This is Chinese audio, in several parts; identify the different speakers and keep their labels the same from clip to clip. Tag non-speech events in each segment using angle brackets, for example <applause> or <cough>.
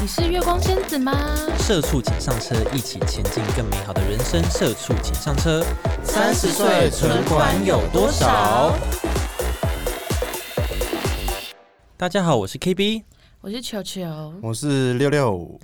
Speaker 1: 你是月光仙子吗？
Speaker 2: 社畜请上车，一起前进更美好的人生。社畜请上车，
Speaker 1: 30岁存款有多少？
Speaker 2: 大家好，我是 KB，
Speaker 1: 我是球球，
Speaker 3: 我是六六，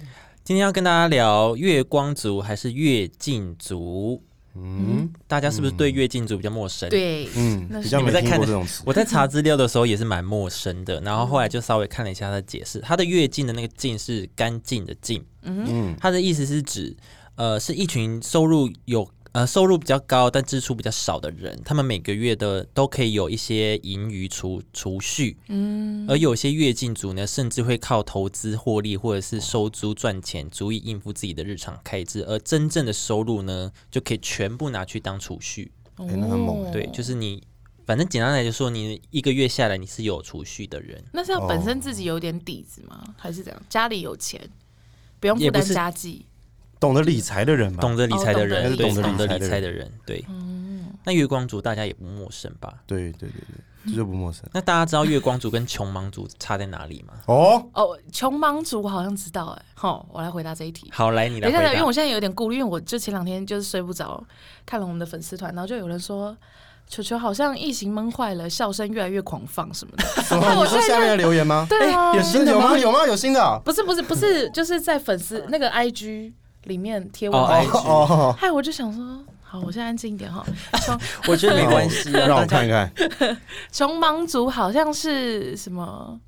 Speaker 2: 今天要跟大家聊月光族还是月镜族？
Speaker 3: 嗯
Speaker 2: 大家是不是对月镜族比较陌生？。
Speaker 1: 对，那
Speaker 3: 嗯，比
Speaker 1: 是
Speaker 3: 较没
Speaker 2: 你们在
Speaker 3: 听
Speaker 2: 看
Speaker 3: 过
Speaker 2: 的
Speaker 3: 这种词，
Speaker 2: 我在查资料的时候也是蛮陌生的，然后后来就稍微看了一下他的解释，他的月镜的那个镜是干净的净，
Speaker 3: 嗯，
Speaker 2: 它的意思是指，呃，是一群收入有呃收入比较高但支出比较少的人，他们每个月的都可以有一些盈余储储蓄，嗯，而有些月进族呢，甚至会靠投资获利或者是收租赚钱，足以应付自己的日常开支，而真正的收入呢，就可以全部拿去当储蓄，
Speaker 1: 哦
Speaker 3: 哎那很猛
Speaker 2: 对，就是你。反正简单来说，你一个月下来你是有储蓄的人，
Speaker 1: 那是要本身自己有点底子吗？还是怎样？家里有钱，不用
Speaker 2: 也
Speaker 1: 负
Speaker 2: 不
Speaker 1: 担
Speaker 2: 是
Speaker 1: 家计。
Speaker 3: 懂得理财的人嘛，
Speaker 2: 懂得理财的
Speaker 1: 哦
Speaker 2: 人，对，
Speaker 3: 懂得
Speaker 2: 懂
Speaker 3: 理
Speaker 2: 得
Speaker 3: 财嗯
Speaker 2: 理
Speaker 3: 的
Speaker 2: 财
Speaker 3: 人
Speaker 2: 的人，对。那月光族大家也不陌生吧？
Speaker 3: 对对对
Speaker 2: 嗯
Speaker 3: 对，这就不陌生
Speaker 2: 那大家知道月光族跟穷忙族差在哪里吗？ <laughs>
Speaker 3: 哦。
Speaker 1: 哦，穷忙族我好像知道哎、好，我来回答这一题。
Speaker 2: 好，来你来
Speaker 1: 等一
Speaker 2: 回
Speaker 1: 下，
Speaker 2: 答。
Speaker 1: 因为我现在有点顾虑，因为我就前两天就是睡不着，看了我们的粉丝团，然后就有人说。球球好像疫情闷坏了，笑声越来越狂放什么
Speaker 2: <laughs>
Speaker 1: 的。
Speaker 3: 什么？你说下面的留言吗？
Speaker 1: 对啊，
Speaker 3: <laughs> 有新的吗？有吗？有新的啊？
Speaker 1: 不是不是不是，就是在粉丝那个 IG 里面贴文
Speaker 2: 哦
Speaker 1: 的 <laughs>
Speaker 2: IG
Speaker 3: 哦，
Speaker 1: 嗨，我就想说，好，我现在安静一点哈。
Speaker 2: 我觉得 <laughs> 没关系啊，
Speaker 3: <laughs> 哦让我
Speaker 2: 大家
Speaker 3: 看看。
Speaker 1: 穷忙族好像是什么？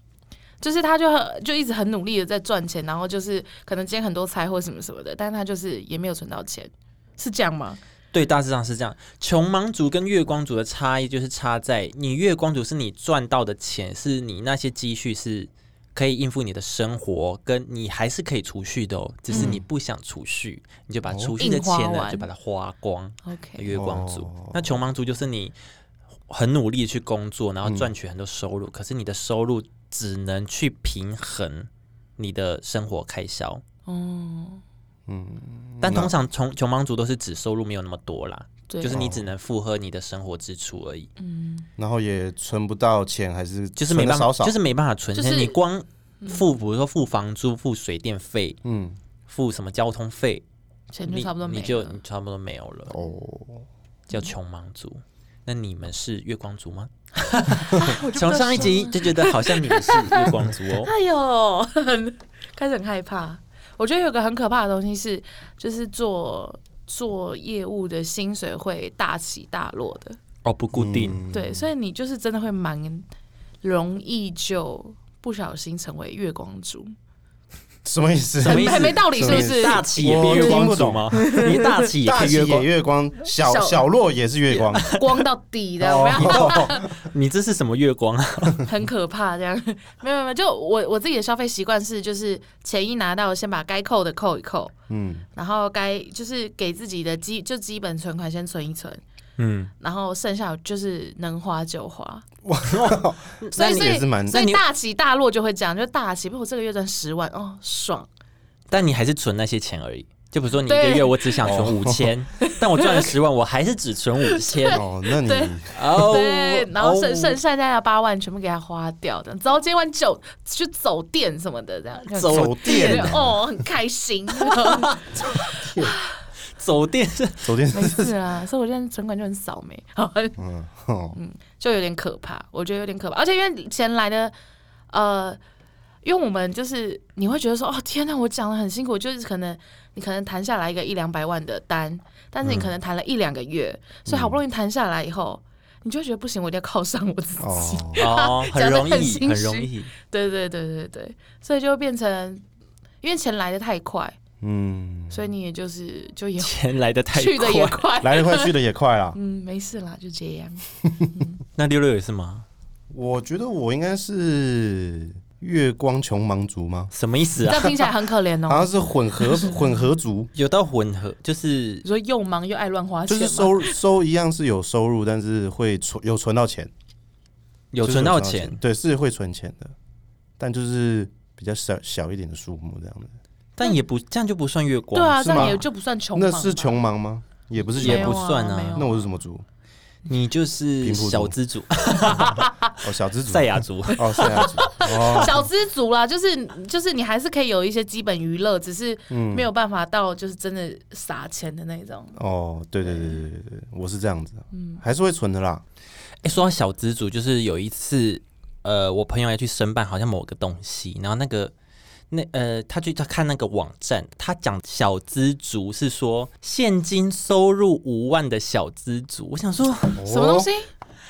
Speaker 1: 就是他就很就一直很努力的在赚钱，然后就是可能兼很多差或什么什么的，但是他就是也没有存到钱，是这样吗？
Speaker 2: 对，大致上是这样。穷忙族跟月光族的差异就是差在，你月光族是你赚到的钱，是你那些积蓄是可以应付你的生活，跟你还是可以储蓄的哦，只是你不想储蓄，你就把储蓄的钱
Speaker 1: 硬花
Speaker 2: 呢
Speaker 1: 完
Speaker 2: 就把它花光。
Speaker 1: OK，
Speaker 2: 月光族
Speaker 3: 哦，
Speaker 2: 那穷忙族就是你很努力去工作，
Speaker 3: 嗯
Speaker 2: 然后赚取很多收入，可是你的收入只能去平衡你的生活开销。
Speaker 1: 哦，
Speaker 3: 嗯
Speaker 2: 但通常穷穷忙族都是指收入没有那么多啦，
Speaker 1: 对，嗯
Speaker 3: 哦
Speaker 2: 就是你只能负荷你的生活支出而已，
Speaker 3: 然后也存不到钱，还是
Speaker 2: 就是没办
Speaker 3: 存
Speaker 2: 法，
Speaker 3: 得少少，
Speaker 2: 就是没办法存钱。
Speaker 1: 就是嗯
Speaker 2: 你光付，比如说付房租、付水电费、
Speaker 3: 嗯
Speaker 2: 付什么交通费，
Speaker 1: 钱就
Speaker 2: 你
Speaker 1: 差不多没
Speaker 2: 你就
Speaker 1: 了
Speaker 2: 你差不多没有了，
Speaker 3: 哦，
Speaker 2: 叫穷忙族。那你们是月光族吗？
Speaker 1: <laughs> 我就不
Speaker 2: 从
Speaker 1: 知道
Speaker 2: 上一集
Speaker 1: 说
Speaker 2: 就觉得好像你们是月光族
Speaker 3: <laughs>
Speaker 2: 哦。
Speaker 1: 哎呦， <laughs> 很开始很害怕。我觉得有个很可怕的东西是，就是做做业务的薪水会大起大落的，
Speaker 2: 哦，不固
Speaker 3: 嗯
Speaker 2: 定，
Speaker 1: 对，所以你就是真的会蛮容易就不小心成为月光
Speaker 3: <laughs>
Speaker 1: 族，
Speaker 3: 什么意思？
Speaker 2: 什么意思
Speaker 1: 很没道理是不
Speaker 2: 所以
Speaker 1: 是？
Speaker 2: 大企也变月光族吗？你大
Speaker 3: <laughs>
Speaker 2: 企也
Speaker 3: 大
Speaker 2: 变
Speaker 3: 喜
Speaker 2: 月 <laughs>
Speaker 3: 也
Speaker 2: 光，
Speaker 3: 月光，小
Speaker 1: 小
Speaker 3: 小落也是月光。
Speaker 1: 光到底的，我要
Speaker 3: 哦，
Speaker 2: 你这是什么月光啊？
Speaker 1: 很可怕这样。没有没有没有，就我我自己的消费习惯是，就是钱一拿到，先把该扣的扣一扣，
Speaker 2: <laughs>
Speaker 3: 嗯，
Speaker 1: 然后该就是给自己的基就基本存款先存一存，
Speaker 2: 嗯，
Speaker 1: 然后剩下就是能花就
Speaker 3: <laughs>
Speaker 1: 花，所
Speaker 2: 那
Speaker 1: 以
Speaker 2: 你
Speaker 1: 所以
Speaker 3: 也是蛮
Speaker 1: 所
Speaker 2: 那
Speaker 1: 以
Speaker 2: 你
Speaker 1: 大起大落就会这样，就大起，比如我这个月赚十万哦，爽，
Speaker 2: 但你还是存那些钱而已。就比如说你一个
Speaker 1: 对
Speaker 2: 月我只想存五千，但我赚了十万，我还是只存五千。
Speaker 3: 哦，那
Speaker 1: <laughs>
Speaker 3: 你
Speaker 1: 对
Speaker 2: 哦，
Speaker 1: 对，然后剩
Speaker 2: 哦
Speaker 1: 剩下那八万全部给他花掉，这样，然后今晚酒去走店什么的，这
Speaker 3: <laughs>
Speaker 1: 样
Speaker 2: 走
Speaker 3: 走
Speaker 1: 对
Speaker 3: 店啊，
Speaker 1: 哦，很开
Speaker 3: <laughs>
Speaker 1: 心，
Speaker 2: 走店是 <laughs>
Speaker 3: 走店，
Speaker 1: 没事啊，所以我现在存款就很少没，好
Speaker 3: 嗯，哦
Speaker 1: 就有点可怕，我觉得有点可怕，而且因为钱来的，呃，因为我们就是你会觉得说，哦天呐，我讲的很辛苦，就是可能你可能谈下来一个一两百万的单，但是
Speaker 3: 嗯
Speaker 1: 你可能谈了一两个月，所以好不容易谈下来以后，你就会觉得不行，我一定要犒赏我自己，
Speaker 3: 哦，
Speaker 2: 哦，很容
Speaker 1: 讲得很
Speaker 2: 易，
Speaker 1: 心虚
Speaker 2: 很容易。
Speaker 1: 对对对对对，所以就变成。因为钱来的太快，
Speaker 3: 嗯，
Speaker 1: 所以你也就是就 <laughs> 也
Speaker 2: 钱来的太
Speaker 1: 去的也
Speaker 2: 快，
Speaker 1: 快，
Speaker 3: 来得快去的也快啊啦。
Speaker 1: 嗯，没事啦，就这样。
Speaker 2: 那六六也是吗？
Speaker 3: 我觉得我应该是月光穷忙族吗？
Speaker 2: 什么意思
Speaker 1: 这
Speaker 2: 啊？
Speaker 1: 样听起来很可怜
Speaker 3: <laughs> 好
Speaker 1: 哦。
Speaker 3: 像是
Speaker 1: <laughs>
Speaker 3: 混合混合族，
Speaker 2: 有到混合，就
Speaker 1: 你
Speaker 2: 是
Speaker 1: 说又忙又爱乱花
Speaker 3: 就
Speaker 1: 钱吗，
Speaker 3: 是收入收一样是有收入，但是会存有存到钱，
Speaker 2: 有
Speaker 3: 就是
Speaker 2: 存到
Speaker 3: 钱，
Speaker 2: 钱，
Speaker 3: 对，是会存钱的，但就是比较小小一点的数目这样子。
Speaker 2: 但也不这样就不算月光，
Speaker 1: 对啊，
Speaker 3: 是
Speaker 1: 这样
Speaker 3: 吗
Speaker 1: 也就不算穷忙
Speaker 3: 那
Speaker 1: 吧。
Speaker 3: 是穷忙吗？也不是
Speaker 2: 也
Speaker 1: 没
Speaker 3: 穷
Speaker 1: 有
Speaker 2: 不
Speaker 3: 忙，
Speaker 2: 算啊
Speaker 1: 没有
Speaker 3: 那我是什么族？
Speaker 2: 你就是
Speaker 3: 平铺族
Speaker 2: 小资
Speaker 3: <laughs>
Speaker 2: 主、
Speaker 3: 哦，小资主
Speaker 2: 赛亚族，
Speaker 3: 哦，赛亚族哦，
Speaker 1: 小资族啦，就是就是你还是可以有一些基本娱乐，只是
Speaker 3: 嗯
Speaker 1: 没有办法到就是真的撒钱的那种。
Speaker 3: 哦，对对对对对对，我是这样子，嗯，还是会存的啦。
Speaker 2: 哎、说到小资主，就是有一次，呃，我朋友要去申办好像某个东西，然后那个那呃，他去他看那个网站，他讲小资族是说现金收入五万的小资族，我
Speaker 1: <laughs>
Speaker 2: 想说，
Speaker 3: 哦
Speaker 1: 什么东西？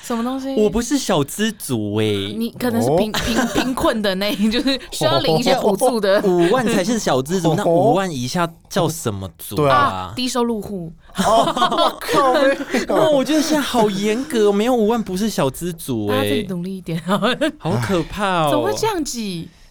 Speaker 1: 什么东西？
Speaker 2: 我不是小资族哎、
Speaker 1: 你可能是贫
Speaker 3: 哦
Speaker 1: 贫贫困的那， <laughs> 就是需要领一些补助的
Speaker 2: 五万才是小资族，那五万以下叫什么族
Speaker 3: 对
Speaker 1: 啊
Speaker 2: 啊，？
Speaker 1: 低收入户。
Speaker 2: 那我觉得现在好严格，没有五万不是小资族
Speaker 1: 大家
Speaker 2: 哎、
Speaker 1: 自己努力一点，
Speaker 2: 好可怕哦！
Speaker 1: 啊怎么会这样子？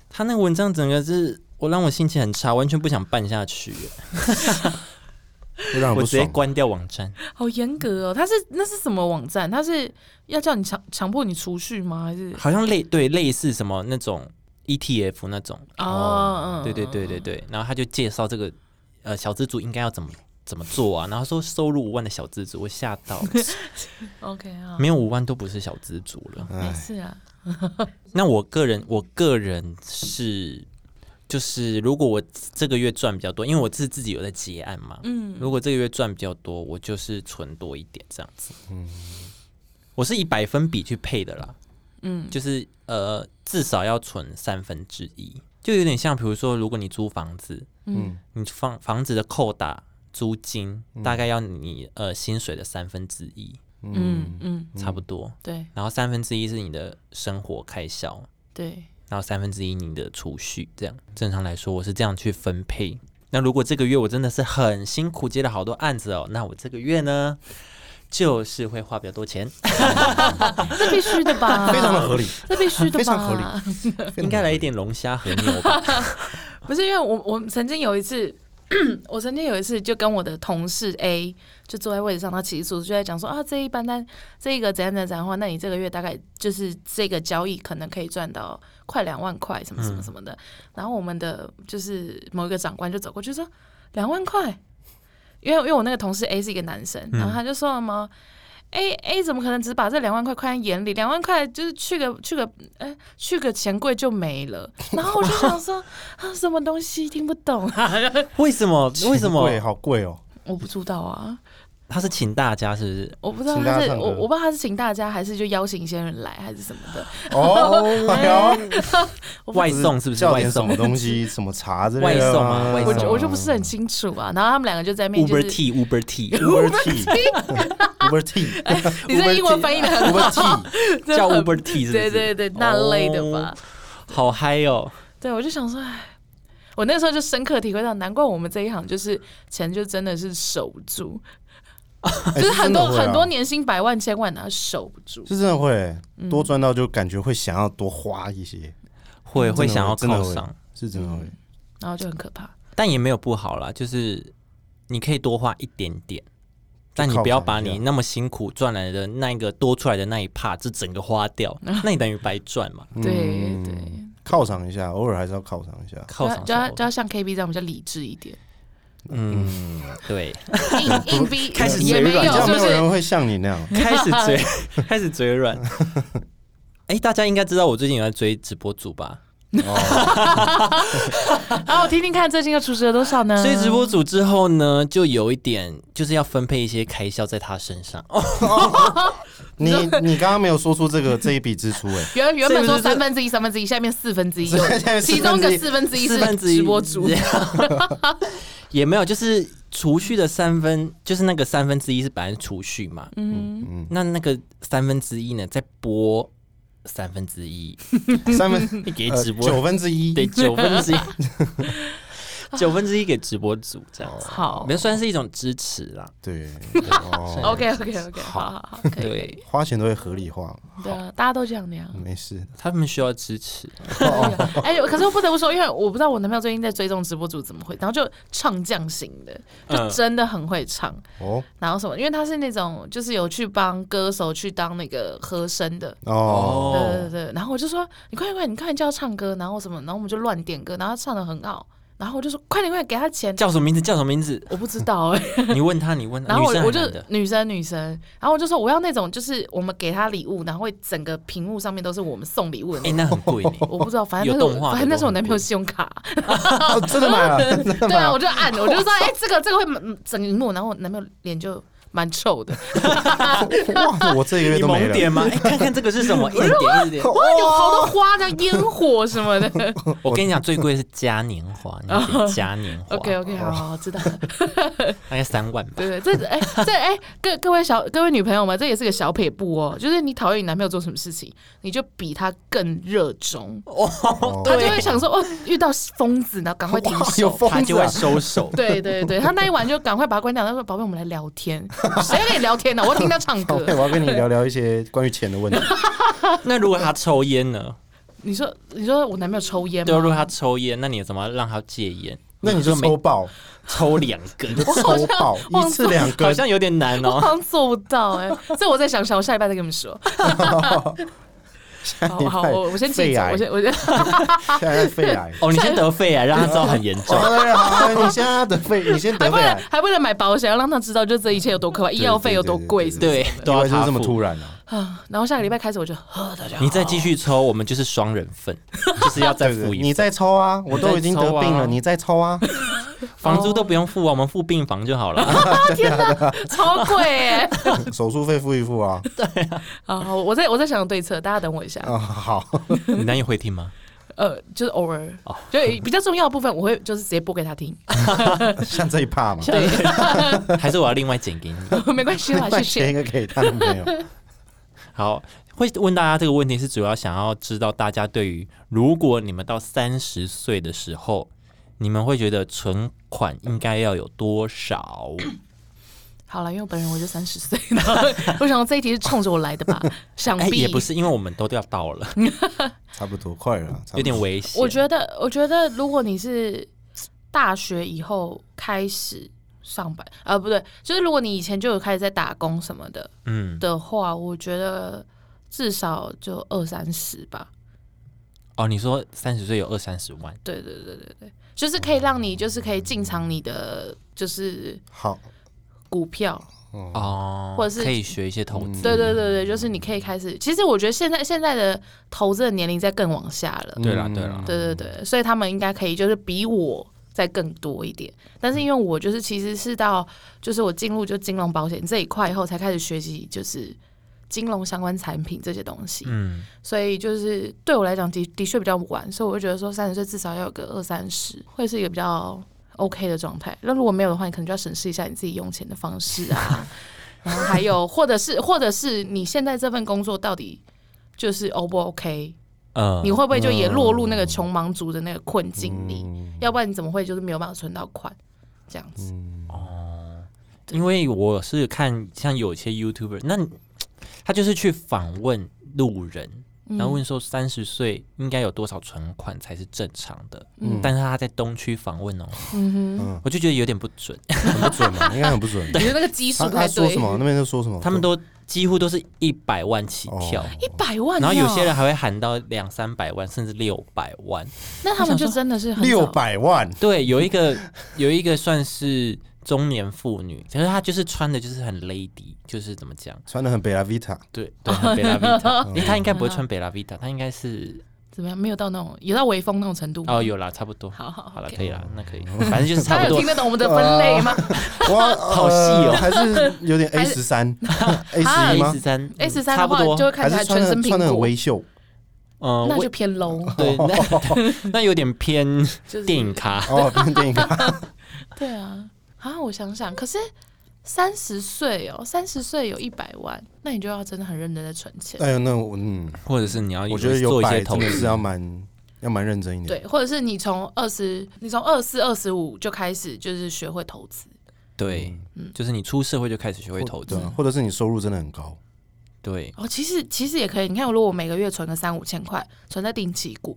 Speaker 2: 他那个文章整个是我让我心情很差，完全不想办下去，欸
Speaker 3: 会让人
Speaker 2: 我
Speaker 3: 不
Speaker 2: 直接
Speaker 3: 啊爽。
Speaker 2: 关掉网站。
Speaker 1: 好严格哦！他是那是什么网站？他是要叫你强强迫你储蓄吗？还是
Speaker 2: 好像类对类似什么那种 ETF 那种，
Speaker 1: 哦，嗯
Speaker 2: 对对对对对。然后他就介绍这个呃小资族应该要怎么怎么做啊，然后说收入五万的小资族，我吓
Speaker 1: <laughs>
Speaker 2: 到，
Speaker 1: ，OK 啊，
Speaker 2: 没有五万都不是小资族了。
Speaker 1: 没事啊，
Speaker 2: 那我个人我个人是就是如果我这个月赚比较多，因为我是自己有在结案嘛，
Speaker 1: 嗯，
Speaker 2: 如果这个月赚比较多，我就是存多一点这样子。我是以百分比去配的啦，
Speaker 1: 嗯，
Speaker 2: 就是呃，至少要存三分之一，就有点像，比如说，如果你租房子，
Speaker 1: 嗯
Speaker 3: 嗯，
Speaker 2: 你房房子的扣打租金大概要你呃薪水的三分之一，
Speaker 1: 嗯嗯，
Speaker 2: 差不多。
Speaker 1: 对
Speaker 2: 然后三分之一是你的生活开销，
Speaker 1: 对，
Speaker 2: 然后三分之一你的储蓄，这样正常来说我是这样去分配。那如果这个月我真的是很辛苦接了好多案子哦，那我这个月呢就是会花比较多
Speaker 3: <laughs>
Speaker 2: 钱，
Speaker 1: 这必须的吧？
Speaker 3: 非常的合理，
Speaker 1: 这必须的吧？
Speaker 3: 非常合理
Speaker 2: 应该来一点龙虾和牛吧。
Speaker 1: 不是因为我我曾经有一次， <clears throat> 我曾经有一次就跟我的同事 A 就坐在位置上，他起诉就在讲说啊，这一班单这一个怎样怎样怎样的话，那你这个月大概就是这个交易可能可以赚到快两万块，什么什么什么的。然后我们的就是某一个长官就走过去说两万块，因为因为我那个同事 A 是一个男生，然后他就说什么。A A 怎么可能只把这两万块看在眼里？两万块就是去个去个哎、去个钱柜就没了。然后我就想说，啊，什么东西听不懂
Speaker 3: <laughs>
Speaker 1: 啊？
Speaker 2: 为什么？ <laughs> 为什么
Speaker 3: 贵？好贵哦？
Speaker 1: 我不知道啊，
Speaker 2: 他是请大家是不是？
Speaker 1: 我不知道
Speaker 3: 请
Speaker 1: 他
Speaker 3: 大家
Speaker 1: 是
Speaker 3: 唱歌
Speaker 1: 我，我不知道他是请大家还是就邀请一些人来还是什么的。
Speaker 2: <laughs>
Speaker 3: 哦，哎呦
Speaker 2: 外送是不是？
Speaker 3: 叫
Speaker 2: 外
Speaker 3: 点什
Speaker 2: 送
Speaker 3: 么东西，什么茶之
Speaker 2: 外
Speaker 3: 类的
Speaker 2: 送
Speaker 3: 吗
Speaker 2: 啊外
Speaker 1: 我
Speaker 2: 送
Speaker 1: 就我就不是很清楚啊。然后他们两个就在面就
Speaker 2: ？Uber
Speaker 1: 是
Speaker 2: T Uber T
Speaker 3: <laughs> Uber
Speaker 1: 哎 <laughs>
Speaker 3: Tea，Uber Tea，
Speaker 1: 你这英文翻译的很好， <laughs> 真的
Speaker 2: 叫
Speaker 1: 很
Speaker 2: Uber T 是不
Speaker 1: 对
Speaker 2: 是？
Speaker 1: 对对，那类的
Speaker 3: 哦
Speaker 1: 吧。
Speaker 2: 好嗨哦！
Speaker 1: 对，我就想说，哎，我那时候就深刻体会到，难怪我们这一行就是钱就真的是守不住，就
Speaker 3: 就
Speaker 1: 是很多很多，年薪百万千万啊，守不住。
Speaker 3: 啊是真的会
Speaker 2: 嗯
Speaker 3: 多赚到就感觉会想要多花一些，
Speaker 2: 会会想要
Speaker 3: 真的
Speaker 2: 犒
Speaker 3: 会
Speaker 2: 赏，
Speaker 3: 是真的会。
Speaker 1: 然后就很可怕。
Speaker 2: 但也没有不好啦，就是你可以多花一点点，但你
Speaker 3: 犒
Speaker 2: 不要
Speaker 3: 赏一
Speaker 2: 把
Speaker 3: 下
Speaker 2: 你那么辛苦赚来的那一个多出来的那一 part 这整个花
Speaker 1: <laughs>
Speaker 2: 掉，那你等于白赚嘛。
Speaker 3: 嗯
Speaker 1: 嗯对对，
Speaker 3: 犒赏一下，偶尔还是要犒赏一下。
Speaker 1: 就
Speaker 2: 犒
Speaker 1: 要
Speaker 2: 赏
Speaker 1: 就要
Speaker 2: 小
Speaker 1: 就要像 KB 这样比较理智一
Speaker 3: <laughs>
Speaker 1: 点。
Speaker 2: 嗯，对，
Speaker 1: 硬硬逼
Speaker 2: 开始
Speaker 1: 也没
Speaker 2: 嘴
Speaker 1: 有，
Speaker 2: 软
Speaker 1: 是不
Speaker 3: 这样没有
Speaker 1: 是？
Speaker 3: 人会像你那样。
Speaker 2: 开始
Speaker 1: <laughs>
Speaker 2: 嘴开始嘴软。哎、大家应该知道我最近有在追直播主吧？
Speaker 1: 然后我听听看，最近又出值了多少呢？
Speaker 2: 所以直播组之后呢，就有一点就是要分配一些开销在他身上。哦，
Speaker 3: 你你刚刚没有说出这
Speaker 1: <laughs>
Speaker 3: 个这一笔支出，哎，
Speaker 1: 原原本
Speaker 2: 所以
Speaker 1: 说
Speaker 2: 不是
Speaker 1: 三分之一、三分之一，下面四分之一，
Speaker 3: 下面
Speaker 1: 其中一个四分之一
Speaker 2: 四分
Speaker 1: 是
Speaker 2: 之一
Speaker 1: 直播主，
Speaker 2: <laughs> 也没有，就是储蓄的三分，就是那个三分之一是本来是储蓄嘛，
Speaker 1: 嗯，
Speaker 2: 那那个三分之一呢，再拨三分之一
Speaker 3: 嗯
Speaker 1: <laughs>
Speaker 3: 三分
Speaker 2: 给直播，
Speaker 3: 呃九分之一，
Speaker 2: 对九分之一，
Speaker 1: <laughs>
Speaker 2: 九分之一给直播组这样子，
Speaker 1: 好
Speaker 2: 那算是一种支持啦。
Speaker 3: 对，哦
Speaker 1: ，OK OK OK，好好好，可以可以，
Speaker 2: 对
Speaker 3: 花钱都会合理化，
Speaker 1: 对啊，大家都这样那样。
Speaker 3: 没事。
Speaker 2: 他们需要支持，
Speaker 1: 哎，可是我不得不说，因为我不知道我男朋友最近在追踪直播主怎么会，然后就唱将型的，就
Speaker 2: 嗯
Speaker 1: 真的很会唱，
Speaker 3: 哦
Speaker 1: 然后什么，因为他是那种就是有去帮歌手去当那个和声的，
Speaker 3: 哦，
Speaker 1: 对对对，然后我就说你快点快点，你快点叫他唱歌，然后什么，然后我们就乱点歌，然后他唱的很好，然后我就说快点快点给他钱，
Speaker 2: 叫什么名字？叫什么名字？
Speaker 1: 我不知道哎、
Speaker 2: <laughs> 你问他，你问他。
Speaker 1: 然后
Speaker 2: 女生
Speaker 1: 我我
Speaker 2: 很
Speaker 1: 就
Speaker 2: 难的
Speaker 1: 女生女生，然后我就说我要那种就是我们给他礼物，然后会整个屏幕上面都是我们送礼物的那
Speaker 2: 哎、
Speaker 1: 种。
Speaker 2: 那很贵
Speaker 3: <laughs>
Speaker 2: 呢。
Speaker 1: 我不知道，反正那
Speaker 2: 有
Speaker 1: 是
Speaker 2: 动
Speaker 1: 我
Speaker 2: 画的
Speaker 1: 反正那是我
Speaker 2: 都很
Speaker 1: 男朋友信用卡，
Speaker 3: 哦真的买了，真的
Speaker 1: 对
Speaker 3: 买
Speaker 1: 啊，
Speaker 3: 了
Speaker 1: 我就按，我就说，哎、
Speaker 2: <laughs>
Speaker 1: 这个这个会嗯整个荧幕，然后我男朋友脸就蛮臭
Speaker 2: <laughs>
Speaker 1: 的，
Speaker 3: 哇，我这一个月
Speaker 2: 你
Speaker 3: 都没
Speaker 2: 萌
Speaker 3: 了。
Speaker 2: 点吗？哎、看看这个是
Speaker 1: <laughs>
Speaker 2: 什么？一点点，一点点。
Speaker 1: 哇，有好多花的烟火什么
Speaker 2: <laughs>
Speaker 1: 的。
Speaker 2: 我哦跟你讲，最贵的是嘉年 <laughs> 华，你得嘉年华
Speaker 1: OK OK，好好好知道了，
Speaker 2: 大概三 <laughs> 万吧。
Speaker 1: 对对，这哎、这哎、各各位小各位女朋友们，这也是个小撇步哦，就是你讨厌你男朋友做什么事情，你就比他更热衷，
Speaker 3: 哦
Speaker 1: 他就会想说，哦，遇到疯子，然后赶快停
Speaker 3: 哇
Speaker 1: 手。
Speaker 3: 有。疯
Speaker 2: 他
Speaker 3: 子
Speaker 2: 就会
Speaker 3: 啊！
Speaker 2: 收手
Speaker 1: 对对对，他那一晚就赶快把它关掉。他说：“宝贝，我们来聊天。谁要跟你聊天呢？我要听他唱
Speaker 3: <laughs> 宝
Speaker 1: 歌
Speaker 2: <laughs>
Speaker 3: 贝，。我要跟你聊聊一些关于钱的
Speaker 1: <laughs>
Speaker 3: 问题。
Speaker 2: <laughs> 那如果他抽烟呢？
Speaker 1: 你说，你说我男朋友抽烟
Speaker 2: <laughs> 对啊，如果
Speaker 1: 吗？
Speaker 2: 他抽烟，那你怎么让他戒烟？
Speaker 3: 那你就
Speaker 2: 每
Speaker 3: 抽
Speaker 1: <laughs>
Speaker 3: 爆，
Speaker 2: <laughs> 抽两 <laughs> 根，
Speaker 1: 好像
Speaker 3: 抽爆
Speaker 1: <laughs> 忘
Speaker 3: 一次两
Speaker 2: 好
Speaker 3: 根，
Speaker 2: 像有点
Speaker 1: <laughs>
Speaker 2: 难
Speaker 1: 我
Speaker 2: 哦。
Speaker 1: 好像做不到哎、这我再想想，我下礼拜再跟你们
Speaker 2: <laughs>
Speaker 1: 说。好好，我我先记
Speaker 3: 肺
Speaker 1: 住，
Speaker 3: 癌
Speaker 1: 我先我先
Speaker 3: <laughs> 现在
Speaker 1: <laughs>
Speaker 3: 肺癌。
Speaker 2: 哦，你先得肺癌，让他知道很严 <laughs> 重。
Speaker 3: 好的，好，你现在得肺，你先
Speaker 1: 还 <laughs>
Speaker 3: 得
Speaker 1: 为
Speaker 3: 肺
Speaker 1: 了
Speaker 3: 癌，
Speaker 1: 还为了买保险，要让他知道就这一切有多可怕，医药费有多贵，是不是
Speaker 2: 对，都要
Speaker 3: 意外就是
Speaker 2: 他
Speaker 3: 这么
Speaker 2: 付。
Speaker 3: 突然啊！
Speaker 1: 啊。然后下个礼拜开始我就呵，大家好
Speaker 2: 你再继续抽，我们就是双人 <laughs> 份，就是要再
Speaker 3: 对对，
Speaker 2: 付
Speaker 3: 对
Speaker 2: 一
Speaker 3: 你
Speaker 2: 份，
Speaker 3: 再抽
Speaker 2: <laughs>
Speaker 3: 啊，我都已经得病
Speaker 2: 你再抽啊
Speaker 3: 了，你再抽啊，
Speaker 2: 房租都不用付啊，我们付病房就好 <laughs> 了。
Speaker 1: 超贵哎、
Speaker 3: 手术费付一付啊。
Speaker 1: 好好，我再我再想想对策，大家等我一下。
Speaker 2: 哦
Speaker 3: 啊，好，
Speaker 2: 你男友会听吗？
Speaker 1: 呃，就是偶尔，
Speaker 2: 哦
Speaker 1: 就比较重要的部分，我会就是直接播给他听。
Speaker 3: 像这一趴
Speaker 2: 哦
Speaker 3: 嘛，
Speaker 1: 对，
Speaker 2: 还是我要另外剪给你？
Speaker 1: <laughs> 没关系啦，
Speaker 3: 另外
Speaker 1: 谢
Speaker 3: 切
Speaker 1: 谢。
Speaker 3: 一个给他的朋友。
Speaker 2: 好，会问大家这个问题是主要想要知道大家对于如果你们到三十岁的时候，你们会觉得存款应该要有多少？
Speaker 1: 好了，因为我本人我就三十岁，然后 <laughs> 我想这一题是冲着我来的吧？想
Speaker 2: 哎、
Speaker 1: 必
Speaker 2: 也不是，因为我们都要
Speaker 1: <laughs>
Speaker 2: 到了，
Speaker 1: 嗯
Speaker 3: 差不多，快了，差不多
Speaker 2: 有点危险。
Speaker 1: 我觉得，我觉得如果你是大学以后开始上班，啊，不对，就是如果你以前就有开始在打工什么的
Speaker 2: 嗯，
Speaker 1: 的话，我觉得至少就二三十吧。
Speaker 2: 哦，你说三十岁有二三十万，
Speaker 1: 对对对对对，就是可以让你就是可以进场你的就是
Speaker 3: 好。
Speaker 1: 股票，
Speaker 2: 哦，
Speaker 1: 或者是
Speaker 2: 可以学一些投资。
Speaker 1: 对对对对，就是你可以开始。其实我觉得现在现在的投资的年龄在更往下了。
Speaker 2: 对
Speaker 3: 嗯
Speaker 2: 啦对啦
Speaker 1: 对对对，所以他们应该可以就是比我再更多一点。但是因为我就是其实是到就是我进入就金融保险这一块以后，才开始学习就是金融相关产品这些东西，
Speaker 2: 嗯，
Speaker 1: 所以就是对我来讲的的确比较晚，所以我就觉得说三十岁至少要有个二三十，会是一个比较。OK 的状态，那如果没有的话，你可能就要审视一下你自己用钱的方式啊，然后还有或者是或者是你现在这份工作到底就是 O 不 OK，
Speaker 2: 呃
Speaker 1: 你，会不会就也落入那个穷忙族的那个困境里？
Speaker 2: 嗯
Speaker 1: 要不然你怎么会就是没有办法存到款这样子？
Speaker 2: 因为我是看像有些 YouTuber，那你他就是去访问路人，然后问说三十岁应该有多少存款才是正常的，但是他在东区访问哦，我就觉得有点不准，
Speaker 3: 很不准嘛，应该很不
Speaker 1: <laughs>
Speaker 3: 准。
Speaker 1: 你的那个基数
Speaker 3: 他
Speaker 1: 不太
Speaker 3: 他说
Speaker 1: 对
Speaker 3: 什，么？那边就说什么？
Speaker 2: 他们都几乎都是一百万起跳。
Speaker 1: 一百万，哦
Speaker 2: 然后有些人，还会喊到两三百万，甚至六百万。
Speaker 1: 那他们就真的是很
Speaker 3: 六
Speaker 1: 早，
Speaker 3: 百万，
Speaker 2: 对，有一个有一个算是中年妇女，可是她就是穿的就是很 lady，就是怎么讲，
Speaker 3: 穿的很贝拉维塔，
Speaker 2: 对对，
Speaker 1: <laughs>
Speaker 2: 很贝拉维
Speaker 1: 嗯
Speaker 2: 塔，因为她应该不会穿贝拉维塔，她应该是
Speaker 1: 怎么样？没有到那种有到微风那种程度吗
Speaker 2: 哦，有啦，差不多，
Speaker 1: 嗯好好
Speaker 2: 好了，
Speaker 1: OK
Speaker 2: 可以啦，那可以，反正就是差
Speaker 1: 他有
Speaker 2: 不
Speaker 1: <laughs>
Speaker 2: 多嗯
Speaker 1: 听。得懂我们的分类吗
Speaker 3: 哇，
Speaker 2: 好细哦
Speaker 3: 呃还是有点
Speaker 1: 还
Speaker 3: A
Speaker 1: 是
Speaker 3: 十
Speaker 1: <laughs>
Speaker 3: 三，A 十一
Speaker 2: 一
Speaker 3: 吗
Speaker 2: 十？三
Speaker 1: ？A 十三
Speaker 2: 差
Speaker 1: 的
Speaker 2: 不
Speaker 1: 话
Speaker 2: 多
Speaker 1: 就，会看
Speaker 3: 还
Speaker 1: 起来
Speaker 3: 是穿
Speaker 1: 全
Speaker 3: 的
Speaker 1: 身
Speaker 3: 穿的
Speaker 1: 苹
Speaker 3: 很
Speaker 1: 果，
Speaker 3: 微秀？
Speaker 2: 嗯，
Speaker 1: 那
Speaker 2: 我
Speaker 1: 就偏 low。
Speaker 2: 对，
Speaker 3: <laughs>
Speaker 2: 那那有点偏
Speaker 1: 就是
Speaker 2: 电影咖，
Speaker 3: 哦，变电
Speaker 1: <laughs>
Speaker 3: 影啊，
Speaker 1: 对啊，啊，我想想，可是三十岁哦，三十岁有一百万，那你就要真的很认真在存钱。
Speaker 3: 哎呦，那我嗯，
Speaker 2: 或者是你要
Speaker 3: 我觉得有
Speaker 2: 做一
Speaker 3: 摆
Speaker 2: 些
Speaker 3: 真
Speaker 2: 投
Speaker 3: 的是
Speaker 2: 资
Speaker 3: 要。蛮要蛮认真一点。
Speaker 1: 对，或者是你从二十，你从二四、二十五就开始就是学会投资，
Speaker 2: 对，
Speaker 1: 嗯
Speaker 2: 就是你出社会就开始学会投资
Speaker 3: 对，啊，或者是你收入真的很高，
Speaker 2: 对，
Speaker 1: 哦，其实其实也可以。你看，如果我每个月存个三五千块，存在定期股，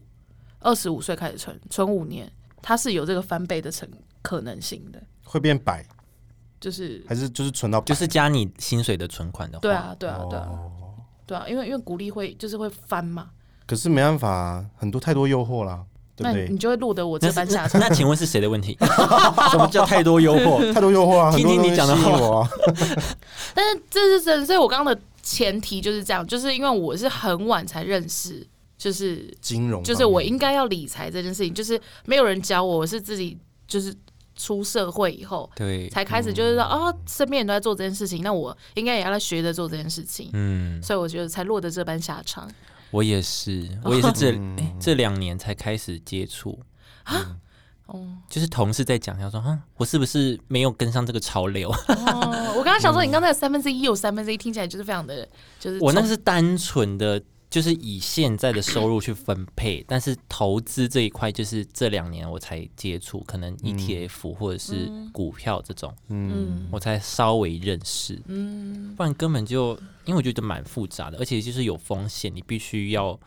Speaker 1: 二十五岁开始存，存五年，它是有这个翻倍的成可能性的。
Speaker 3: 会变百，
Speaker 1: 就是
Speaker 3: 还是就是存到哦百
Speaker 2: 就是加你薪水的存款的话，
Speaker 1: 对啊，对啊，对啊，对啊，因为因为股利会就是会翻嘛。
Speaker 3: 可是没办法啊，很多太多诱惑啦。对
Speaker 1: 那
Speaker 3: 不
Speaker 1: 你
Speaker 3: 对
Speaker 1: 你？就会落得我
Speaker 2: 那
Speaker 1: 这
Speaker 2: 是
Speaker 1: 般下
Speaker 3: <laughs>
Speaker 2: 那
Speaker 1: 场。
Speaker 2: 那请问是谁的问题？什么叫太多诱惑？
Speaker 3: 太多诱惑啊，很
Speaker 2: 听
Speaker 3: 多
Speaker 2: 听
Speaker 3: 东
Speaker 2: 你
Speaker 3: 西
Speaker 2: 讲的
Speaker 3: 吸引
Speaker 2: 话
Speaker 3: 我啊。
Speaker 1: 但是这是真的，所以我刚刚的前提就是这样，就是因为我是很晚才认识，就是
Speaker 3: 金融啊
Speaker 1: 就是
Speaker 3: 方面
Speaker 1: 我应该要理财这件事情，就是没有人教我，我是自己就是出社会以后
Speaker 2: <laughs>
Speaker 3: 嗯
Speaker 2: 对，
Speaker 1: 才开始，就是说啊、哦，身边人都在做这件事情，那我应该也要来学着做这件事情，
Speaker 2: 嗯，
Speaker 1: 所以我觉得才落得这般下场。
Speaker 2: 我
Speaker 1: <laughs>
Speaker 2: 也是，我也是这、
Speaker 1: 嗯
Speaker 2: 诶这两年才开始接触。
Speaker 1: 啊
Speaker 2: 嗯
Speaker 1: 哦，
Speaker 2: 就是同事在讲，他说：“啊，我是不是没有跟上这个潮
Speaker 1: <laughs>
Speaker 2: 流？
Speaker 1: 哦我刚刚想说，你刚才三分之一有三分之一，听起来就是非常的，就是
Speaker 2: <laughs> 我那
Speaker 1: 从
Speaker 2: 是单纯的，就是以现在的收入去分配，但是投资这一块，就是这两年我才接触，可能 ETF 或者是股票这种，
Speaker 1: 嗯
Speaker 2: 我才稍微认识，
Speaker 1: 嗯
Speaker 2: 不然根本就因为我觉得蛮复杂的，而且就是有风险，你必须要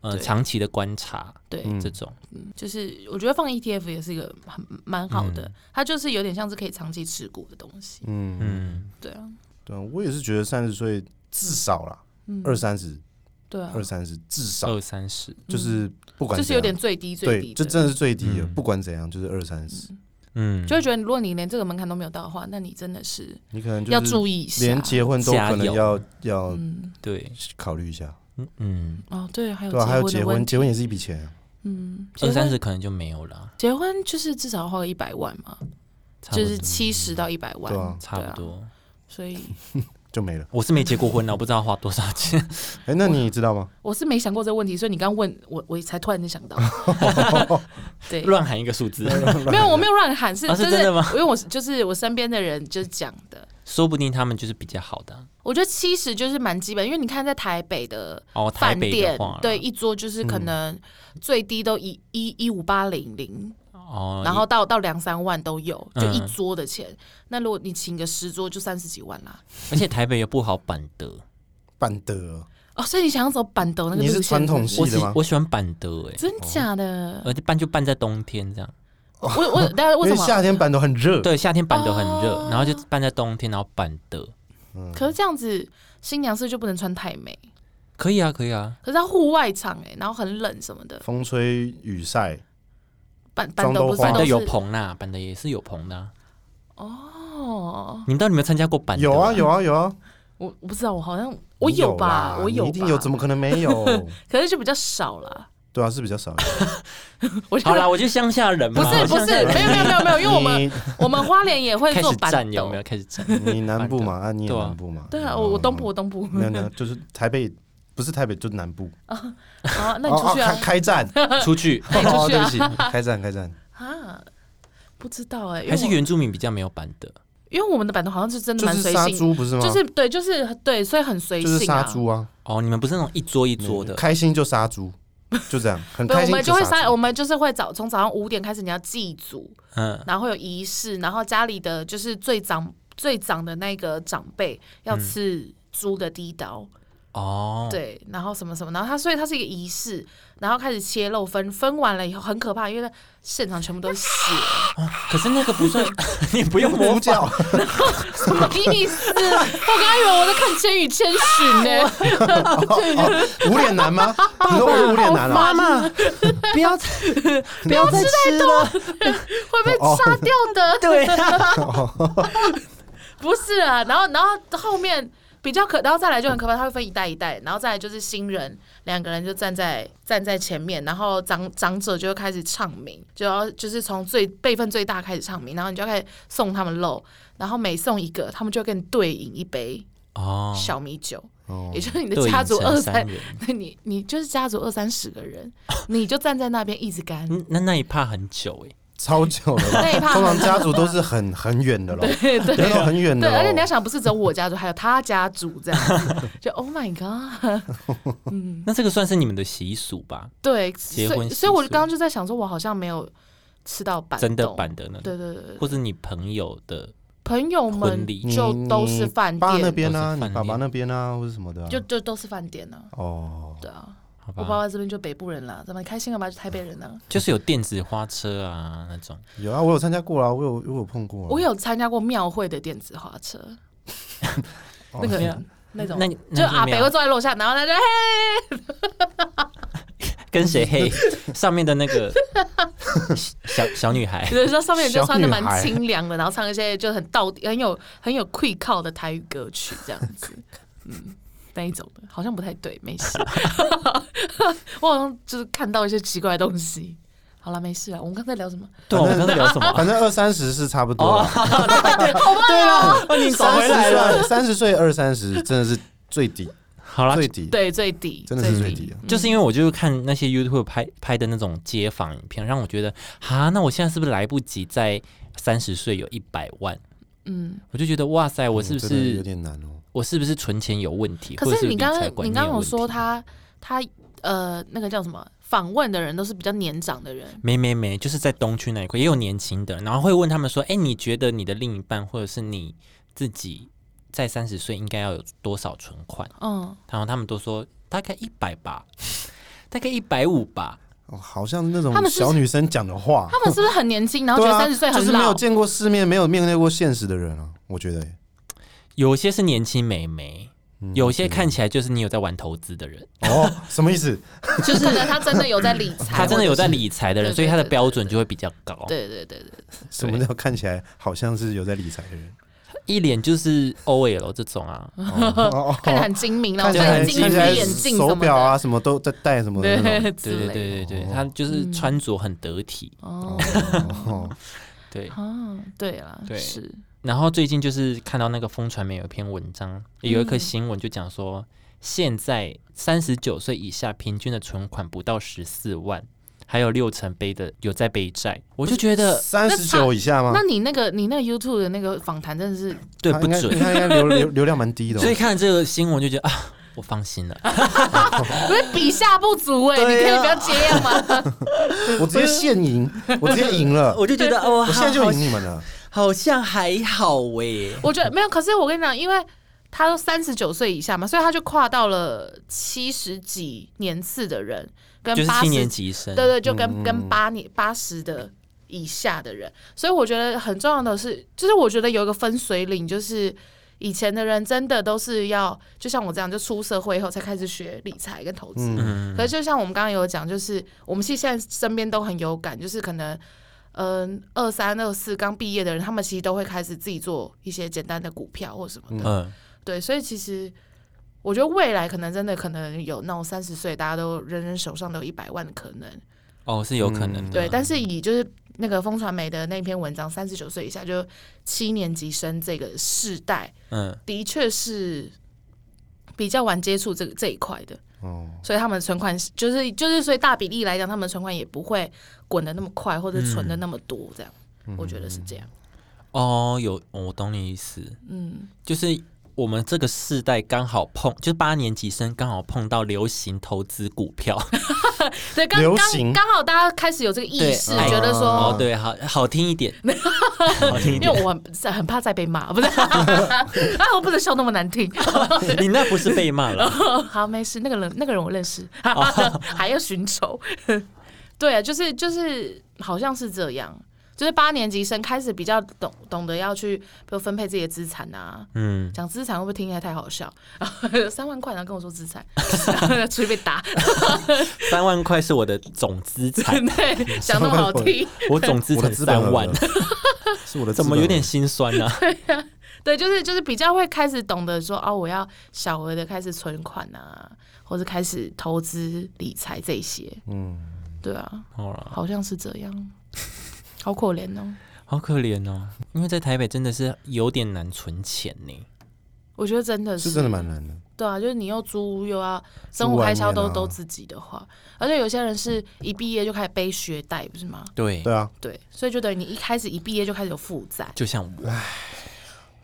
Speaker 2: 呃
Speaker 1: 对
Speaker 2: 长期的观察
Speaker 1: 对，
Speaker 2: 这种，
Speaker 1: 就是我觉得放 ETF 也是一个很蛮好的，它就是有点像是可以长期持股的东西，
Speaker 3: 嗯嗯，
Speaker 2: 嗯，
Speaker 1: 对啊，
Speaker 3: 对啊，我也是觉得三十岁至少啦，二三十
Speaker 1: 嗯对啊
Speaker 3: 二，三十至少
Speaker 2: 二三十，
Speaker 3: 就是不管
Speaker 1: 就是
Speaker 3: 怎
Speaker 1: 有
Speaker 3: 样
Speaker 1: 点最低最
Speaker 3: 对，
Speaker 1: 低
Speaker 3: 这
Speaker 1: 的，
Speaker 3: 真的是最低的，
Speaker 2: 嗯
Speaker 3: 不管怎样就是二三十，
Speaker 2: 嗯，
Speaker 1: 就会觉得，如果你连这个门槛都没有到的话，那你真的是
Speaker 3: 你可能就
Speaker 1: 要
Speaker 3: 是
Speaker 1: 注意一下。
Speaker 3: 连结婚都可
Speaker 2: 加油
Speaker 3: 能要要
Speaker 1: 嗯，
Speaker 2: 对，
Speaker 3: 考虑一下，
Speaker 2: 嗯嗯，
Speaker 1: 哦，对，还有
Speaker 3: 对啊，还
Speaker 1: 结
Speaker 3: 有结
Speaker 1: 婚的问
Speaker 3: 婚，
Speaker 1: 题
Speaker 3: 结婚也是一笔钱啊，
Speaker 1: 嗯，结
Speaker 2: 二
Speaker 1: 婚
Speaker 2: 三十可能就没有了，
Speaker 1: 结婚就是至少要花个一百万嘛，
Speaker 2: 差不
Speaker 1: 就是
Speaker 2: 多
Speaker 1: 七十到一百万，
Speaker 3: 对啊
Speaker 2: 嗯差不
Speaker 1: 对啊
Speaker 2: 多。
Speaker 1: 所以
Speaker 3: 就没了。
Speaker 2: 我是没结过婚啦，我不知道花多少钱。
Speaker 3: 哎，那你知道吗？
Speaker 1: 我是没想过这个问题，所以你刚问我，我才突然间想
Speaker 2: <laughs>
Speaker 1: 到， <laughs> <laughs> 对，
Speaker 2: 乱喊一个数字，
Speaker 1: 没有，我没有乱喊，是
Speaker 2: 啊是
Speaker 1: 就
Speaker 2: 真的吗
Speaker 1: 因为我是就是我身边的人就是讲的，
Speaker 2: 说不定他们就是比较好的啊
Speaker 1: 我觉得七十就是蛮基本，因为你看在台北的
Speaker 2: 哦。台
Speaker 1: 饭
Speaker 2: 北
Speaker 1: 店
Speaker 2: 的话啦，
Speaker 1: 对一桌就是可能最低都一一一五八零零，
Speaker 2: 哦，
Speaker 1: 然后到到两三万都有，就
Speaker 2: 嗯
Speaker 1: 一桌的钱。那如果你请个十桌，就三十几万啦。
Speaker 2: 而且台北也不好板德，
Speaker 3: 板啊德，
Speaker 1: 哦，所以你想要走板斗那个
Speaker 3: 你
Speaker 1: 路
Speaker 3: 是
Speaker 1: 线
Speaker 3: 传统哦
Speaker 1: 是
Speaker 2: 我
Speaker 3: 记
Speaker 2: 喜
Speaker 3: 得吗
Speaker 2: 我喜欢板德
Speaker 1: 不，
Speaker 2: 哎
Speaker 1: 是真假的？
Speaker 2: 而且办就办在冬天这样。
Speaker 1: 我我大家
Speaker 3: 因
Speaker 1: 为什
Speaker 3: 为 <laughs>
Speaker 1: 么？
Speaker 3: 夏天板德很热，
Speaker 2: 对，夏天板德很热
Speaker 1: 哦，
Speaker 2: 然后就办在冬天，然后板德
Speaker 1: 可是这样子，新娘是不是就不能穿太美？
Speaker 2: 可以啊，可以啊。
Speaker 1: 可是要户外场哎、然后很冷什么的，
Speaker 3: 风吹雨晒，
Speaker 1: 板板斗
Speaker 3: 妆
Speaker 1: 不
Speaker 3: 都
Speaker 1: 是
Speaker 3: 化
Speaker 2: 板
Speaker 1: 都
Speaker 2: 德
Speaker 1: 是
Speaker 2: 有棚啦，板德也是有棚的啊。
Speaker 1: 哦？
Speaker 2: 你们到底有没有参加过板德？
Speaker 3: 有啊有啊有啊，
Speaker 1: 我我不知道，我好像我
Speaker 3: 你有
Speaker 1: 吧，
Speaker 3: 啦
Speaker 1: 我
Speaker 3: 你
Speaker 1: 有吧，
Speaker 3: 一定有，怎么可能没有？
Speaker 2: <laughs>
Speaker 1: 可是就比较少啦。
Speaker 3: 对啊，是比较少的。
Speaker 1: 我觉
Speaker 2: <laughs> 好
Speaker 1: 得
Speaker 2: 啦，我就乡下人
Speaker 1: 不
Speaker 2: 嘛。
Speaker 1: 是
Speaker 2: 我
Speaker 1: 不
Speaker 2: 乡下
Speaker 1: 是，
Speaker 2: 人
Speaker 1: <laughs> 没有没有没有没有，因为我们我们花莲也会
Speaker 2: <laughs> 开
Speaker 1: 做
Speaker 2: 始
Speaker 1: 板
Speaker 2: 站有
Speaker 1: 豆
Speaker 2: 没。有开始
Speaker 1: <laughs>
Speaker 2: 站？
Speaker 3: 你你南部嘛，啊，你也
Speaker 2: 对啊
Speaker 3: 南部嘛。
Speaker 1: 对啊，我我东部我东部。 <laughs>
Speaker 3: 没有没有，就是台北，不是台北就是南部。
Speaker 1: 啊， <laughs> 那你出去
Speaker 3: 哦
Speaker 1: 啊
Speaker 3: 哦开开战，哦
Speaker 2: 出去
Speaker 1: 那你出去啊
Speaker 3: 对不起，开战开战。
Speaker 1: 啊？不知道哎，因
Speaker 2: 还是
Speaker 1: 为我
Speaker 2: 原住民比较没有板德？
Speaker 1: 因为我们的板豆好像是真的
Speaker 3: 就
Speaker 1: 蛮
Speaker 3: 是
Speaker 1: 随
Speaker 3: 杀
Speaker 1: 性，
Speaker 3: 猪不是吗？
Speaker 1: 就是对，就是对，所以很随
Speaker 3: 就是
Speaker 1: 性
Speaker 3: 杀
Speaker 1: 啊。
Speaker 3: 猪啊，
Speaker 2: 哦，你们不是那种一桌一桌的，
Speaker 3: 开心就杀猪，就
Speaker 1: <laughs>
Speaker 3: 这样，很
Speaker 1: 对，
Speaker 3: 开
Speaker 1: 我
Speaker 3: 心
Speaker 1: 们就会
Speaker 3: 杀
Speaker 1: 杀，
Speaker 3: 猪。
Speaker 1: 我们就是会早从早上五点开始，你要祭祖，
Speaker 2: 嗯，
Speaker 1: 然后会有仪式，然后家里的就是最长最长的那个长辈要吃猪的低刀，
Speaker 2: 哦，
Speaker 1: 对，然后什么什么，然后它所以它是一个仪式，然后开始切肉分，分完了以后很可怕，因为那现场全部都是血，
Speaker 2: 可是那个不 <laughs> 算，你不用模
Speaker 3: 猪
Speaker 2: 仿，
Speaker 3: 叫，
Speaker 1: 什么意思？我刚刚以为我在看《千与千寻》呢，
Speaker 3: <laughs> 无脸
Speaker 1: <laughs>
Speaker 3: 男吗？你说我是无脸男啊了？
Speaker 1: 妈妈
Speaker 2: 啊
Speaker 1: <laughs>
Speaker 2: 不要不要再吃 <laughs> 了，哦
Speaker 1: 会被杀掉的，
Speaker 2: <laughs> 对啊，
Speaker 1: <laughs> 不是啊。然后然后后面比较可，然后再来就很可怕，它会分一代一代，然后再来就是新人两个人就站在站在前面，然后长长者就会开始唱名，就要就是从最辈分最大开始唱名，然后你就要开始送他们肉，然后每送一个，他们就会跟你对饮一杯。
Speaker 2: 哦，
Speaker 1: 小米酒，
Speaker 3: 哦
Speaker 1: 也就是你的
Speaker 2: 对
Speaker 1: 家族
Speaker 2: 影
Speaker 1: 二
Speaker 2: 成
Speaker 1: 三
Speaker 2: 三，人，
Speaker 1: 那你你就是家族二三十个
Speaker 2: <laughs>
Speaker 1: 人，你就站在那边一直干。
Speaker 2: 嗯那那一趴很久哎，
Speaker 3: 超久了
Speaker 1: <laughs> 那一
Speaker 3: 吧，
Speaker 1: 趴
Speaker 3: 通常家族都是很很远的咯，
Speaker 1: <laughs> 对对
Speaker 3: 人都很远
Speaker 1: 对，
Speaker 3: 的咯。
Speaker 1: 而且你要想，不是只有我家族，还有他家族这
Speaker 2: <laughs>
Speaker 1: 样，就 Oh my God！嗯
Speaker 2: 那这个算是你们的习俗吧？
Speaker 1: 对，
Speaker 2: 结
Speaker 1: 所
Speaker 2: 婚
Speaker 1: 以
Speaker 2: 习
Speaker 1: 所以我
Speaker 2: 俗
Speaker 1: 刚刚就在想说，我好像没有吃到板
Speaker 2: 真的
Speaker 1: 豆
Speaker 2: 版的呢，
Speaker 1: 对对对对，
Speaker 2: 或者你朋友的
Speaker 1: 朋友们
Speaker 2: 婚礼
Speaker 3: 你
Speaker 1: 就都是饭
Speaker 3: 你爸那
Speaker 1: 店，
Speaker 3: 边啊，
Speaker 2: 都是饭
Speaker 3: 你
Speaker 2: 店
Speaker 3: 爸爸那边啊，或者什么的啊，
Speaker 1: 就就都是饭店呢。
Speaker 3: 哦，
Speaker 1: 对啊，
Speaker 2: 好
Speaker 1: 我
Speaker 2: 吧，
Speaker 1: 爸爸这边就北部人啦，咱们开心了吧？就台北人啊呢。
Speaker 2: 就是有电子花车啊那种，
Speaker 3: 有啊，我有参加过啊，我有我有碰过啊，
Speaker 1: 我有参加过庙会的电子花车，
Speaker 3: 哦
Speaker 1: 那
Speaker 2: 对啊
Speaker 1: 个那种
Speaker 2: 那
Speaker 1: 就阿北
Speaker 2: 没有
Speaker 1: 会坐在楼下，然后他就嘿，<laughs>
Speaker 2: 跟谁嘿？上面的那个小小女孩，
Speaker 1: 有的时候上面 <laughs> 就穿的蛮
Speaker 3: 小女孩
Speaker 1: 清凉的，然后唱一些就很道地、很有很有 q 靠的台语歌曲这样子，嗯，那一种的，好像不太对，没事， <laughs> 我好像就是看到一些奇怪的东西。好了，没事了。我们刚才聊什么？
Speaker 2: 对，我们刚才聊什么啊？
Speaker 3: 反正二三十是差不多
Speaker 2: 哦
Speaker 3: 啦，，
Speaker 1: <laughs>
Speaker 2: 对了， <laughs> 哦你走
Speaker 3: 三
Speaker 2: 回 <laughs> 来
Speaker 3: 十
Speaker 2: 了，
Speaker 3: 岁三十岁二三十真的是最底
Speaker 2: 好啦，
Speaker 3: 最底，
Speaker 1: 对，最底，
Speaker 3: 真的是最底啊了。
Speaker 2: 就是因为我就是看那些 YouTube 拍拍的那种街访影片，让我觉得哈，那我现在是不是来不及在三十岁有一百万？
Speaker 1: 嗯。
Speaker 2: 我就觉得哇塞，我是不
Speaker 3: 嗯真的
Speaker 2: 是、
Speaker 3: 有点难哦？
Speaker 2: 我是不是存钱有问题？
Speaker 1: 可
Speaker 2: 或者
Speaker 1: 是
Speaker 2: 是
Speaker 1: 你刚刚
Speaker 2: 理财观
Speaker 1: 你
Speaker 2: 念
Speaker 1: 刚刚有
Speaker 2: 问题
Speaker 1: 说他他呃那个叫什么访问的人都是比较年长的人，
Speaker 2: 没没没，就是在东区那一块也有年轻的，然后会问他们说，哎，你觉得你的另一半或者是你自己在三十岁应该要有多少存款？
Speaker 1: 嗯，
Speaker 2: 然后他们都说大概一百吧， <laughs> 大概一百五吧。
Speaker 3: 哦好像那种
Speaker 1: 他们是
Speaker 3: 小女生讲的话，
Speaker 1: 他们是不是很年轻，然后
Speaker 3: 对
Speaker 1: 觉得
Speaker 3: 啊，
Speaker 1: 三十岁
Speaker 3: 就
Speaker 1: 很
Speaker 3: 是没
Speaker 1: 老
Speaker 3: 有？见过世面、没有面对过现实的人啊，我觉得。
Speaker 2: 有些是年轻美眉，
Speaker 3: 嗯
Speaker 2: 有些看起来就是你有在玩投资的人，
Speaker 3: 哦， <laughs> 什么意思？
Speaker 1: 就是可能他真的有在理财，
Speaker 2: 他真的有在
Speaker 1: 或者是。
Speaker 2: 理财的人，
Speaker 1: 对
Speaker 2: 所以他的
Speaker 1: 对对
Speaker 2: 标准就会比较高。
Speaker 1: 对对对对，
Speaker 3: 什么叫看起来好像是有在理财的人？
Speaker 2: 一脸就是 OL 这种啊，
Speaker 3: 哦哦
Speaker 1: 看起来很精明，然后
Speaker 3: 看起
Speaker 1: 戴
Speaker 2: 来
Speaker 3: 来
Speaker 1: 金鱼
Speaker 2: 很
Speaker 3: 看起来
Speaker 1: 眼镜什
Speaker 3: 手
Speaker 1: 么
Speaker 3: 表
Speaker 1: 的，
Speaker 3: 啊，什么都在戴什么的那
Speaker 1: <laughs> 对
Speaker 3: 种。
Speaker 2: 对
Speaker 1: 之
Speaker 2: 对
Speaker 1: 类的。
Speaker 2: 对对对，
Speaker 3: 哦
Speaker 2: 他就是穿着很得体，
Speaker 1: 哦，
Speaker 3: 哦，
Speaker 2: 对。
Speaker 1: 啊，对了，
Speaker 2: 对
Speaker 1: 是，
Speaker 2: 然后最近就是看到那个风传媒有一篇文章，
Speaker 1: 嗯
Speaker 2: 有一颗新闻就讲说，现在三十九岁以下平均的存款不到十四万，还有六成背的有在背债，我就觉得
Speaker 3: 三十九以下吗
Speaker 1: 那？你那个你那个 YouTube 的那个访谈真的是
Speaker 2: 对
Speaker 3: 他
Speaker 2: 不
Speaker 3: 应该
Speaker 2: 准
Speaker 3: 你，看应该流流流量蛮低的哦
Speaker 2: 所以。看这个新闻就觉得啊，我放心了。
Speaker 1: 不是比下不足哎，你
Speaker 2: 对
Speaker 1: 可
Speaker 2: 啊
Speaker 1: 以不要这样吗？
Speaker 3: <laughs> 我直接现赢，我直接赢了，
Speaker 2: 我就觉得哦，
Speaker 3: 我现在就赢你们了。
Speaker 2: 好像还好欸喂、
Speaker 1: 我觉得没有，可是我跟你讲，因为他都三十九岁以下嘛，所以他就跨到了七十几年次的人跟
Speaker 2: 就是
Speaker 1: 八
Speaker 2: 七
Speaker 1: 十，
Speaker 2: 年级生，
Speaker 1: 对对，就跟、
Speaker 2: 嗯
Speaker 1: 跟八年八十的以下的人，所以我觉得很重要的是，就是我觉得有一个分水岭，就是。以前的人真的都是要，就像我这样，就出社会以后才开始学理财跟投资。
Speaker 3: 嗯，
Speaker 2: 嗯，
Speaker 1: 可是就像我们刚刚有讲，就是我们其实现在身边都很有感，就是可能，嗯、二三、二四刚毕业的人，他们其实都会开始自己做一些简单的股票或什么的。
Speaker 2: 嗯，
Speaker 1: 对，所以其实我觉得未来可能真的可能有那种三十岁大家都人人手上都有一百万的可能。
Speaker 2: 哦，是有可
Speaker 3: 嗯
Speaker 2: 能
Speaker 1: 嗯
Speaker 2: 的。
Speaker 1: 对，但是以就是那个风传媒的那篇文章，三十九岁以下就七年级生这个世代，
Speaker 2: 嗯，
Speaker 1: 的确是比较晚接触这个这一块的。
Speaker 3: 哦，
Speaker 1: 所以他们存款是就是就是所以大比例来讲，他们存款也不会滚的那么快，或者存的那么多，这样、我觉得是这样。
Speaker 2: 哦，有，我懂你意思，
Speaker 1: 嗯，
Speaker 2: 就是我们这个世代刚好碰，就是八年级生刚好碰到流行投资
Speaker 1: <laughs>
Speaker 2: 股票，
Speaker 1: 对，刚
Speaker 3: 流
Speaker 1: 刚
Speaker 3: 行
Speaker 1: 刚好大家开始有这个意
Speaker 2: 对
Speaker 1: 识，
Speaker 2: 哎
Speaker 1: 觉得说。
Speaker 2: 哦，对，好好听一
Speaker 1: <laughs>
Speaker 2: 点，好听一
Speaker 1: 因
Speaker 2: 点。
Speaker 1: 为我很很怕再被骂，不是？ <laughs> 啊，我不能笑那么难听。
Speaker 2: 你那不是被骂
Speaker 1: <laughs>
Speaker 2: 了？
Speaker 1: 好，没事，那个人那个人我认识， <laughs> 还要寻仇。 <laughs> 对啊，就是就是，好像是这样。就是八年级生开始比较懂懂得要去，比如分配自己的资产啊，
Speaker 2: 嗯，
Speaker 1: 讲资产会不会听起来太好笑？ <laughs> 然后三万块，然后跟我说资产， <laughs> 出去被打， <laughs>
Speaker 2: 三万块是我的总
Speaker 1: <laughs>
Speaker 2: 资产，
Speaker 1: 对，讲那么好听，
Speaker 2: 我总资
Speaker 3: 我的
Speaker 2: 产
Speaker 3: 资本
Speaker 2: 三
Speaker 3: 额
Speaker 2: 万，
Speaker 3: 是我
Speaker 2: <laughs>
Speaker 3: 的
Speaker 2: 怎么
Speaker 3: 资本额
Speaker 2: 有点心酸啊呢、
Speaker 1: 对，就是就是比较会开始懂得说哦，我要小额的开始存款啊，或者开始投资理财这些，
Speaker 3: 嗯，
Speaker 1: 对啊，
Speaker 2: 好了，
Speaker 1: 好像是这样，好可怜哦。
Speaker 2: <laughs> 好可怜哦，因为在台北真的是有点难存钱呢。
Speaker 1: 我觉得真的是，
Speaker 3: 是真的蛮难的。
Speaker 1: 对啊，就是你又租屋又要生
Speaker 3: 住
Speaker 1: 活
Speaker 3: 外
Speaker 1: 开销
Speaker 3: 面
Speaker 1: 都、
Speaker 3: 啊
Speaker 1: 都自己的话，而且有些人是一毕业就开始背学贷，不是吗？
Speaker 2: 对，
Speaker 3: 对啊，
Speaker 1: 对，所以就等于你一开始一毕业就开始有负债， <laughs>
Speaker 2: 就像
Speaker 3: 哎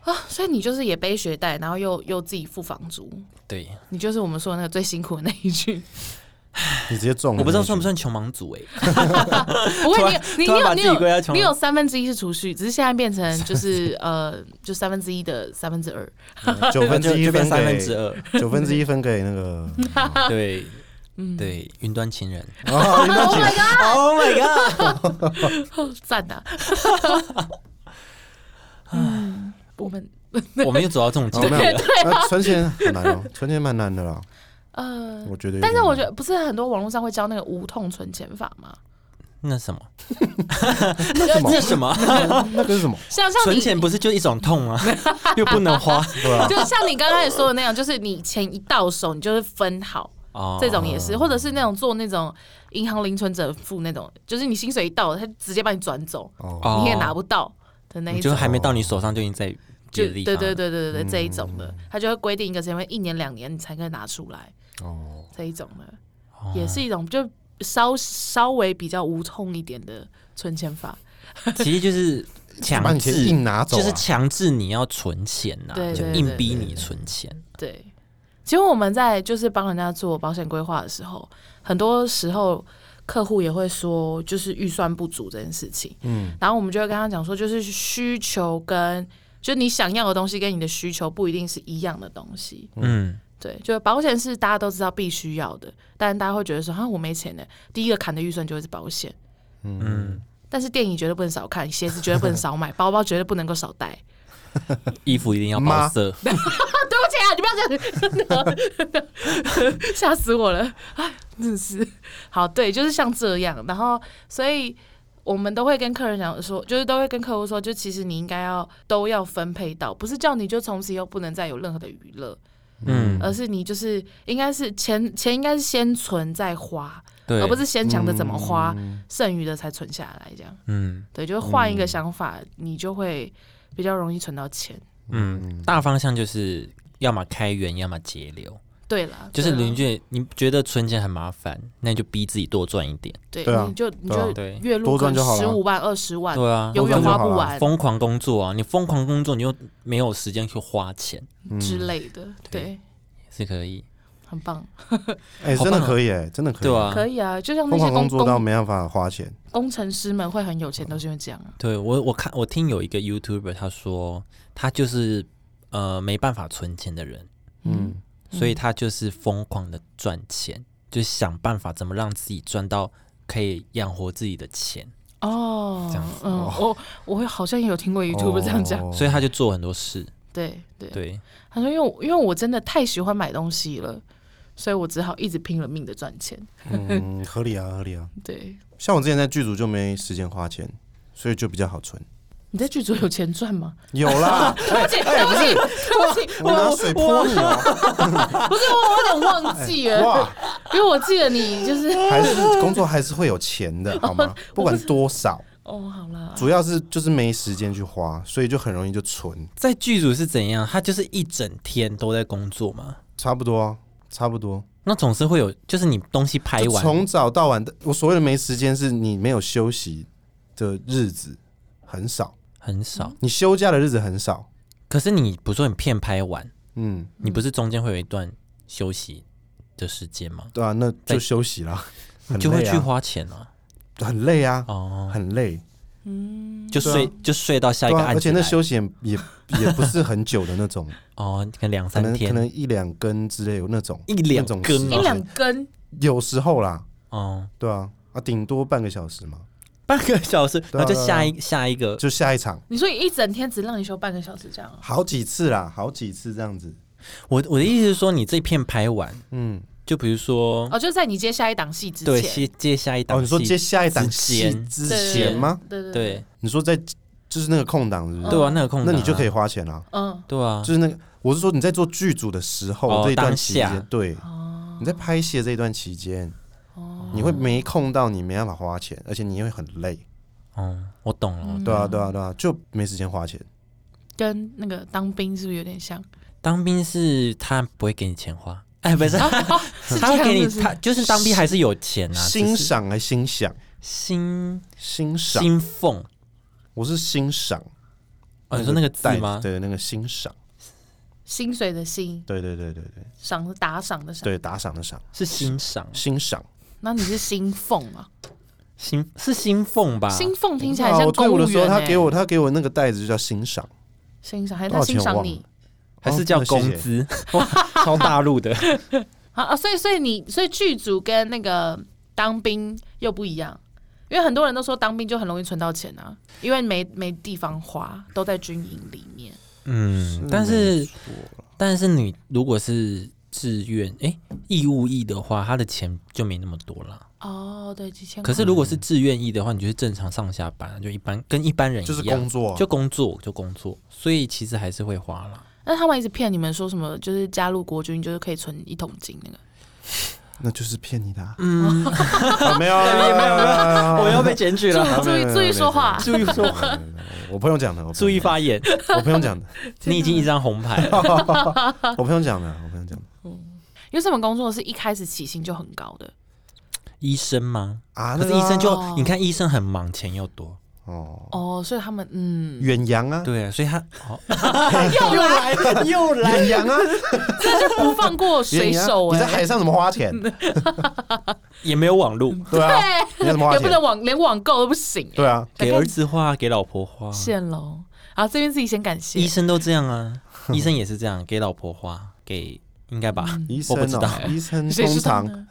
Speaker 2: 我，
Speaker 1: 啊，所以你就是也背学贷，然后又又自己付房租，
Speaker 2: 对，
Speaker 1: 你就是我们说的那个最辛苦的那一句。
Speaker 3: 你直接中了。
Speaker 2: 我不知道算不算穷忙族哎、
Speaker 1: 不
Speaker 2: 突
Speaker 1: 会，
Speaker 2: 然
Speaker 1: 你有
Speaker 2: 突然把
Speaker 1: 你
Speaker 2: 自己
Speaker 1: 有
Speaker 2: 归
Speaker 1: 你
Speaker 2: 到
Speaker 1: 有
Speaker 2: 穷
Speaker 1: 你有三分之一是储蓄，只是现在变成
Speaker 2: <laughs>
Speaker 1: 就是呃，就三分之一的三分之二。 <laughs>
Speaker 3: 九分之一
Speaker 2: 就变
Speaker 3: 分
Speaker 2: 三分之
Speaker 3: 给 <laughs>
Speaker 2: 二，
Speaker 3: 九分之一分给
Speaker 1: <laughs>
Speaker 3: 那个
Speaker 2: 对，对，云端情人
Speaker 3: <laughs> 哦，你
Speaker 1: 嗯
Speaker 3: 了
Speaker 1: Oh
Speaker 3: 解
Speaker 1: my god！
Speaker 2: ，Oh my god！
Speaker 1: 赞啊
Speaker 2: <laughs>
Speaker 1: 呐！嗯，我们
Speaker 2: <laughs> 我们又走到这种
Speaker 3: 哦
Speaker 2: 境
Speaker 3: 没
Speaker 2: 地
Speaker 3: 有
Speaker 1: 啊
Speaker 2: 了，
Speaker 3: 呃存钱很难哦，存钱蛮难的啦。
Speaker 1: 呃，
Speaker 3: 我觉得有点。
Speaker 1: 但是我觉得不是很多网络上会教那个无痛存钱法吗？
Speaker 2: 那什么？
Speaker 3: <laughs> 那什么
Speaker 2: 那
Speaker 1: <laughs>
Speaker 2: 什么？
Speaker 3: 哦那个是什么？
Speaker 1: 像像
Speaker 2: 存
Speaker 1: 你
Speaker 2: 钱不是就一种痛
Speaker 1: <laughs>
Speaker 2: 吗？又不能花
Speaker 3: <laughs> 对啊，
Speaker 1: 就像你刚才说的那样，就是你钱一到手，你就是分好，
Speaker 2: 哦
Speaker 1: 这种也是，或者是那种做那种银行零存者付那种，就是你薪水一到，他直接把你转走，
Speaker 3: 哦，
Speaker 2: 哦
Speaker 1: 你也拿不到的那
Speaker 2: 你
Speaker 1: 一
Speaker 2: 就
Speaker 1: 种。
Speaker 2: 还没到你手上就已哦经在
Speaker 1: 就
Speaker 2: 别的
Speaker 1: 对
Speaker 2: 地
Speaker 1: 对
Speaker 2: 方嗯
Speaker 1: 对
Speaker 2: 了
Speaker 1: 对对对，这一种的，他就会规定一个时间，会一年两年你才可以拿出来
Speaker 3: 哦，
Speaker 1: 这一种的，
Speaker 2: 哦
Speaker 1: 也是一种就稍稍微比较无痛一点的存钱法。
Speaker 2: 其实就是
Speaker 3: 把
Speaker 2: 强
Speaker 3: 你钱
Speaker 2: 制
Speaker 3: 硬拿走啊
Speaker 2: 就是强制你要存钱呐、
Speaker 1: 对
Speaker 2: 就
Speaker 1: 对
Speaker 2: 硬逼你存钱。
Speaker 1: 对，其实我们在就是帮人家做保险规划的时候，很多时候客户也会说，就是预算不足这件事情。嗯，然后我们就会跟他讲说，就是需求跟就你想要的东西跟你的需求不一定是一样的东西。
Speaker 2: 嗯，
Speaker 1: 对，就是保险是大家都知道必须要的，但大家会觉得说，啊，我没钱呢。第一个砍的预算就会是保险。
Speaker 2: 嗯，
Speaker 1: 但是电影绝对不能少看，鞋子绝对不能少买，包包绝对不能够少带。
Speaker 2: 衣服一定要
Speaker 1: <laughs>
Speaker 2: 包色。
Speaker 1: 对不起啊，你不要这样， <laughs> 吓死我了！哎，真的是好，对，就是像这样。然后，所以我们都会跟客人讲说，就是都会跟客户说，就其实你应该要都要分配到，不是叫你就从此以后不能再有任何的娱乐，
Speaker 2: 嗯，
Speaker 1: 而是你就是应该是钱钱应该是先存再花，
Speaker 2: 对，
Speaker 1: 而不是先想着怎么花，剩余的才存下来。这样，
Speaker 2: 嗯
Speaker 1: 对，就是换一个想法，你就会比较容易存到钱。
Speaker 2: 嗯，大方向就是要么开源，要么节流。
Speaker 1: 对啦，
Speaker 2: 就是
Speaker 1: 对啦啊
Speaker 2: 你觉得你觉得存钱很麻烦，那你就逼自己多赚一点。
Speaker 1: 对，
Speaker 3: 对啊
Speaker 1: 你就你
Speaker 3: 对啊
Speaker 1: 就
Speaker 2: 对
Speaker 1: 月入
Speaker 3: 多
Speaker 1: 可
Speaker 3: 赚就
Speaker 1: 能
Speaker 3: 好
Speaker 1: 十
Speaker 3: 了
Speaker 1: 五万、二十万，
Speaker 2: 对啊，
Speaker 1: 永远
Speaker 3: 多
Speaker 1: 花
Speaker 3: 赚就好
Speaker 1: 不
Speaker 3: 了
Speaker 1: 完
Speaker 2: 疯狂工作啊！你疯狂工作，你又没有时间去花钱，
Speaker 1: 之类的，对，
Speaker 2: 是可以。
Speaker 1: 很棒，
Speaker 3: 哎，
Speaker 2: 好
Speaker 3: 真
Speaker 2: 棒啊
Speaker 3: 的可以，哎，真的可以，
Speaker 2: 对，啊，
Speaker 1: 可以啊，就像那
Speaker 3: 疯
Speaker 1: 些
Speaker 3: 狂
Speaker 1: 工
Speaker 3: 工作到
Speaker 1: 工
Speaker 3: 没办法花钱，
Speaker 1: 工程师们会很有钱，都是因为这样啊，
Speaker 2: 对我，我看我听有一个 YouTuber 他说，他就是呃没办法存钱的人，
Speaker 1: 嗯，
Speaker 2: 所以他就是疯狂的赚钱，就想办法怎么让自己赚到可以养活自己的钱，
Speaker 1: 哦
Speaker 2: 这样子，
Speaker 1: 嗯，我我会好像也有听过 YouTube 这样讲，
Speaker 3: 哦
Speaker 2: 所以他就做很多事。
Speaker 1: 对对，
Speaker 2: 对，
Speaker 1: 他说因为我因为我真的太喜欢买东西了，所以我只好一直拼了命的赚钱，
Speaker 3: 嗯，合理啊，合理啊。
Speaker 1: 对。
Speaker 3: 像我之前在剧组就没时间花钱，所以就比较好存。
Speaker 1: 你在剧组有钱赚吗？
Speaker 3: 有
Speaker 1: <laughs>
Speaker 3: 啦，
Speaker 1: 对不起，对不起，对不起，
Speaker 3: 哎我拿水泼你哦！
Speaker 1: 不是我，我有点忘记了，
Speaker 3: 哇，
Speaker 1: 因为我记得你就是
Speaker 3: 还是工作还是会有钱
Speaker 1: <laughs>
Speaker 3: 的，好吗？不管多少，
Speaker 1: 哦，好啦，
Speaker 3: 主要是就是没时间去花，所以就很容易就存，
Speaker 2: 在剧组是怎样？他就是一整天都在工作嘛，
Speaker 3: 差不多啊，差不多。
Speaker 2: 那总是会有，就是你东西拍
Speaker 3: 就
Speaker 2: 完，
Speaker 3: 从早到晚的，我所谓的没时间是你没有休息的日子很少，
Speaker 2: 很少，
Speaker 3: 你休假的日子很少。
Speaker 2: 可是你不是说你片拍完，
Speaker 3: 嗯，
Speaker 2: 你不是中间会有一段休息的时间吗？
Speaker 3: 对啊，那
Speaker 2: 对
Speaker 3: 就休息
Speaker 2: <laughs>
Speaker 3: 啦，
Speaker 2: 你
Speaker 3: 很
Speaker 2: 就会
Speaker 3: 累
Speaker 2: 去
Speaker 3: 啊，
Speaker 2: 花钱啊。
Speaker 3: 很累啊，
Speaker 2: 哦，
Speaker 3: 很累。
Speaker 2: 就
Speaker 3: 对啊
Speaker 2: 睡、就睡到下一
Speaker 3: 对
Speaker 2: 个
Speaker 3: 啊，
Speaker 2: 案
Speaker 3: 而
Speaker 2: 子
Speaker 3: 且
Speaker 2: 来、
Speaker 3: 那休息也也也不是很久的
Speaker 2: <laughs>
Speaker 3: 那种，
Speaker 2: 哦，可能两
Speaker 3: 可
Speaker 2: 三
Speaker 3: 能可
Speaker 2: 天，
Speaker 3: 能一两根之类有那种，
Speaker 2: 一两
Speaker 3: 那种
Speaker 2: 根
Speaker 3: 时
Speaker 1: 一
Speaker 2: 哦
Speaker 1: 两根
Speaker 3: 有时候啦，
Speaker 2: 哦，
Speaker 3: 对啊，啊，顶多半个小时嘛，
Speaker 2: 半个小时，
Speaker 3: 对
Speaker 2: 然
Speaker 3: 啊
Speaker 2: 后就下一下一个，
Speaker 3: 就下一场，
Speaker 1: 你说你一整天只让你休半个小时这样、啊？
Speaker 3: 好几次啦，好几次这样子，
Speaker 2: 我我的意思是说，你这片拍完，
Speaker 3: 嗯，
Speaker 2: 就比如说、
Speaker 1: 哦，就在你接下一档戏之
Speaker 2: 嗯对
Speaker 1: 前。
Speaker 2: 接接下一档戏，
Speaker 3: 哦，你说接下一档戏
Speaker 2: 之
Speaker 3: 之
Speaker 1: 前
Speaker 3: 前吗？
Speaker 1: 对对
Speaker 2: 对
Speaker 3: 你说在就是那个空档是不是？
Speaker 2: 对啊，那个空、
Speaker 3: 那你就可以
Speaker 2: 以，
Speaker 3: 花钱啦，
Speaker 1: 嗯，
Speaker 2: 对啊，
Speaker 3: 就是那个，我是说你在做剧组的时
Speaker 2: 哦
Speaker 3: 候这一段期
Speaker 2: 当
Speaker 3: 间
Speaker 2: 下，
Speaker 3: 对，
Speaker 1: 哦
Speaker 3: 你在拍戏的这一段期间，你会没空到你没办法花钱，而且你会很累，
Speaker 2: 哦，我懂了。
Speaker 1: 嗯
Speaker 3: 对啊，对啊，对啊，就没时间花钱。
Speaker 1: 跟那个当兵是不是有点像？
Speaker 2: 当兵是他不会给你钱花，哎，不是，
Speaker 1: <laughs> <laughs> 是
Speaker 2: 他
Speaker 1: 这
Speaker 2: 会
Speaker 1: 样
Speaker 2: 给你
Speaker 1: 是不是
Speaker 2: 他就是当兵还是有钱啊，
Speaker 3: 欣
Speaker 2: 只是
Speaker 3: 赏还哎欣赏，
Speaker 2: 欣
Speaker 3: 欣赏，
Speaker 2: 欣缝。
Speaker 3: 我是欣赏。
Speaker 2: 哦，你说那个字
Speaker 3: 带
Speaker 2: 吗？
Speaker 3: 对，那个欣赏，
Speaker 1: 薪水的薪，
Speaker 3: 对对对对对
Speaker 1: 赏是打赏的赏，
Speaker 3: 对，打赏的赏，
Speaker 1: 哦
Speaker 2: 是欣赏，
Speaker 3: 欣赏。
Speaker 1: 那你是薪俸啊？
Speaker 2: 欣是欣缝吧？
Speaker 1: 薪俸听起来
Speaker 3: 啊
Speaker 1: 像
Speaker 3: 我退
Speaker 1: 公
Speaker 3: 伍
Speaker 1: 务
Speaker 3: 的时候，
Speaker 1: 员、欸。
Speaker 3: 他给我他给我那个袋子就叫欣赏，
Speaker 1: 欣赏，还是他
Speaker 3: 多少钱
Speaker 1: 欣赏
Speaker 3: 我忘哦
Speaker 1: 你
Speaker 2: 还是叫工资？哇，超大陆的。
Speaker 1: 啊啊！所以所以你所以剧组跟那个当兵又不一样，因为很多人都说当兵就很容易存到钱啊，因为没没地方花，都在军营里面。
Speaker 2: <laughs> 嗯，但是
Speaker 3: 没错啦
Speaker 2: 但是你如果是自愿诶，义务役的话，他的钱就没那么多了。
Speaker 1: 哦，对，几千块。
Speaker 2: 可是如果是自愿役的话，你就是正常上下班，就一般跟一般人一
Speaker 3: 就是
Speaker 2: 样
Speaker 3: 工作啊、
Speaker 2: 就工作就工作，所以其实还是会花啦。
Speaker 1: 那他们一直骗你们说什么，就是加入国军就是可以存一桶金那个。
Speaker 3: 那就是骗你的、啊
Speaker 2: 嗯，
Speaker 3: <laughs> 啊没有啊，没有没有没有，
Speaker 2: <laughs>
Speaker 1: <laughs>
Speaker 2: 我们要被检举了，
Speaker 1: 注意注意说话，
Speaker 2: 注意说，
Speaker 3: 我朋友讲的，我朋友
Speaker 2: 注意，发 <laughs> 言，
Speaker 3: 我朋友讲的，
Speaker 2: 你已经一张红牌 <laughs> 了。
Speaker 3: 我朋友讲的，我朋友讲的
Speaker 1: 有什么工作是一开始起薪就很高的？
Speaker 2: 医生吗？
Speaker 3: 啊，
Speaker 2: 可
Speaker 3: 那
Speaker 2: 是
Speaker 3: 个啊
Speaker 2: 医生就
Speaker 1: 哦
Speaker 2: 你看医生很忙，钱又多，
Speaker 3: 哦，
Speaker 1: 哦，所以他们嗯，
Speaker 3: 远洋啊，
Speaker 2: 对，所以他哦，
Speaker 1: 又来
Speaker 2: <laughs> 又来
Speaker 3: 远洋啊，
Speaker 1: 不放过 <laughs> 水
Speaker 3: 远洋
Speaker 1: 手
Speaker 3: 啊，你在
Speaker 1: 哎、
Speaker 3: 海上怎么花钱？
Speaker 2: 也没有网路， <laughs>
Speaker 3: 对啊，你要怎么花
Speaker 1: 又不
Speaker 3: 钱？
Speaker 1: 能网连网购都不行、哎
Speaker 3: 对啊，
Speaker 2: 给儿子花，给老婆花，
Speaker 1: 线喽。好，这边自己先感谢
Speaker 2: 医。生都这样 <laughs> 啊，医生也是这样，给老婆花，给应该吧？
Speaker 3: 医
Speaker 2: 我不
Speaker 3: 生
Speaker 2: 知
Speaker 3: 哦
Speaker 2: 道，，
Speaker 3: 医生
Speaker 1: 谁
Speaker 3: 通
Speaker 1: 知道
Speaker 3: 常
Speaker 1: 呢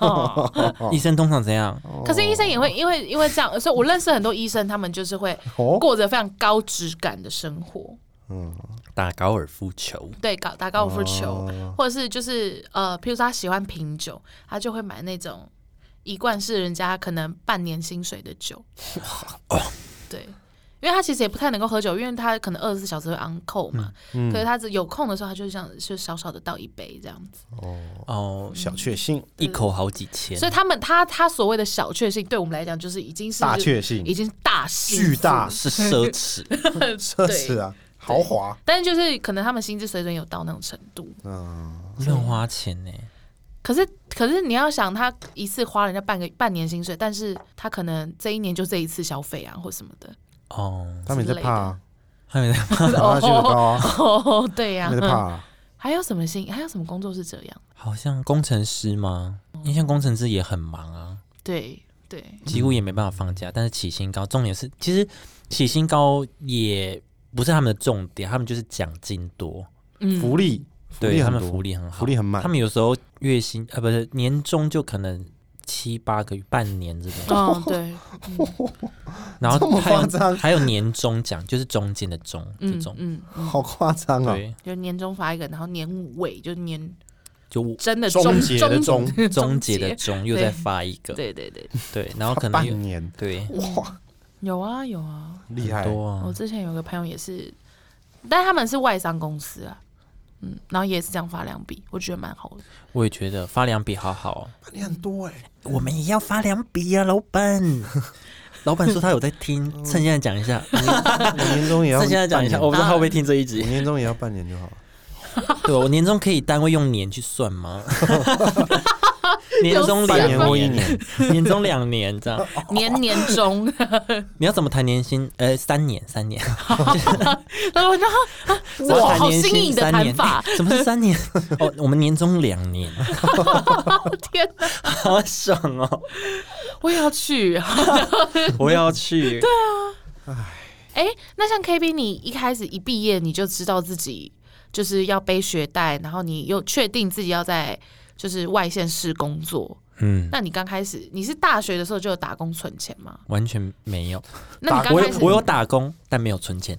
Speaker 3: 哦，
Speaker 2: 医生哦通常怎样？
Speaker 1: 可是医生也会因为因为这样，所以我认识很多医生，他们就是会
Speaker 3: 哦
Speaker 1: 过着非常高质感的生活，
Speaker 3: 嗯，
Speaker 2: 打高尔夫球，
Speaker 1: 对，搞打高尔夫球，
Speaker 3: 哦
Speaker 1: 或者是就是呃，譬如说他喜欢品酒，他就会买那种一罐是人家可能半年薪水的酒。 <laughs> 对，因为他其实也不太能够喝酒，因为他可能二十四小时会 on call 嘛，
Speaker 3: 嗯
Speaker 1: 可是他只有空的时候，他就这样就小小的倒一杯这样子。
Speaker 2: 哦，
Speaker 3: 小确幸，
Speaker 2: 一口好几千
Speaker 1: 所，以他们他他所谓的小确幸，对我们来讲就是已经是
Speaker 3: 大确幸
Speaker 1: 已经大幸福
Speaker 3: 巨大
Speaker 2: 是奢 <laughs> 侈。
Speaker 3: 奢侈啊，豪华，
Speaker 1: 但是就是可能他们薪资水准有到那种程度，
Speaker 3: 嗯，
Speaker 2: 乱花钱呢、
Speaker 1: 可是可是你要想，他一次花人家半个半年薪水，但是他可能这一年就这一次消费啊，或什么的。
Speaker 2: 哦，
Speaker 3: 他们也在怕啊，
Speaker 2: 还没
Speaker 3: <laughs> 他薪水高啊，
Speaker 1: 哦，对呀、
Speaker 3: 他们在怕啊，
Speaker 1: 还有什么薪？还有什么工作是这样？
Speaker 2: 好像工程师吗？因为像工程师也很忙啊，
Speaker 1: 对对，
Speaker 2: 几乎也没办法放假。但是起薪高，重点是其实起薪高也不是他们的重点，他们就是奖金多，
Speaker 1: 嗯，
Speaker 3: 福利，福
Speaker 2: 对
Speaker 3: 利
Speaker 2: 他
Speaker 3: 很
Speaker 2: 们
Speaker 3: 多
Speaker 2: 福，利很好，
Speaker 3: 福利很满
Speaker 2: 他，们有时候月薪呃不是年终就可能七八个月、半年这种，
Speaker 3: <laughs>
Speaker 1: 嗯，对，
Speaker 2: 然后
Speaker 3: 这么
Speaker 2: 还有
Speaker 3: 夸张
Speaker 2: 还有年终奖，就是中间的中这
Speaker 1: 嗯
Speaker 2: 种，
Speaker 1: 嗯，
Speaker 3: 好夸张啊，
Speaker 2: 对，
Speaker 1: 就年终发一个，然后年尾就年
Speaker 2: 就
Speaker 1: 真的
Speaker 3: 终结的
Speaker 1: 终
Speaker 3: 终
Speaker 2: 终结的终又
Speaker 1: 对
Speaker 2: 再发一个，
Speaker 1: 对对对，
Speaker 2: 对，然后可能
Speaker 3: 半
Speaker 2: 又
Speaker 3: 年，
Speaker 2: 对
Speaker 3: 哇，
Speaker 1: 有啊有啊，
Speaker 3: 厉害，
Speaker 2: 多啊
Speaker 1: 我，之前有个朋友也是，但他们是外商公司啊，嗯，然后也是这样发两笔，我觉得蛮好的。
Speaker 2: 我也觉得发两笔好好哦，
Speaker 3: 半年很多哎，
Speaker 2: <laughs> 我们也要发两笔啊，老板。 <laughs> 老板说他有在听，趁现在讲一下，
Speaker 3: 我年终也要
Speaker 2: <laughs> 趁现在讲一下，我不知道他会不会听这一
Speaker 3: 我
Speaker 2: 集。
Speaker 3: 年终也要半年就好了。
Speaker 2: 对，我年终可以单位用年去算 <laughs> 吗？年终两
Speaker 3: 半年或一
Speaker 2: 年，年终两年这样。 <laughs>
Speaker 3: 哦
Speaker 1: 年年终，
Speaker 2: 你要怎么谈年薪？呃，三年，三 <laughs> 年。
Speaker 1: 然后我就啊啊
Speaker 2: 怎么
Speaker 1: 哇，
Speaker 2: 谈
Speaker 1: 好
Speaker 2: 年
Speaker 1: 新
Speaker 2: 薪
Speaker 1: 颖的
Speaker 2: 三
Speaker 1: 谈
Speaker 2: 年 <laughs>
Speaker 1: 法，
Speaker 2: 怎么是三年？哦，我们年终两年，
Speaker 1: <laughs> 天哪，
Speaker 2: <laughs> 好爽哦！
Speaker 1: 我也要去。
Speaker 2: 我要去。 <laughs> 对，啊
Speaker 1: 哎、那像 KB，你一开始一毕业你就知道自己就是要背学贷，然后你又确定自己要在就是外县市工作。
Speaker 2: 嗯，
Speaker 1: 那你刚开始你是大学的时候就有打工存钱吗？
Speaker 2: 完全没有。
Speaker 1: 那你
Speaker 3: 打
Speaker 1: 刚
Speaker 2: 我
Speaker 1: 开
Speaker 2: 有
Speaker 1: 始，
Speaker 2: 我有打工，但没有存钱。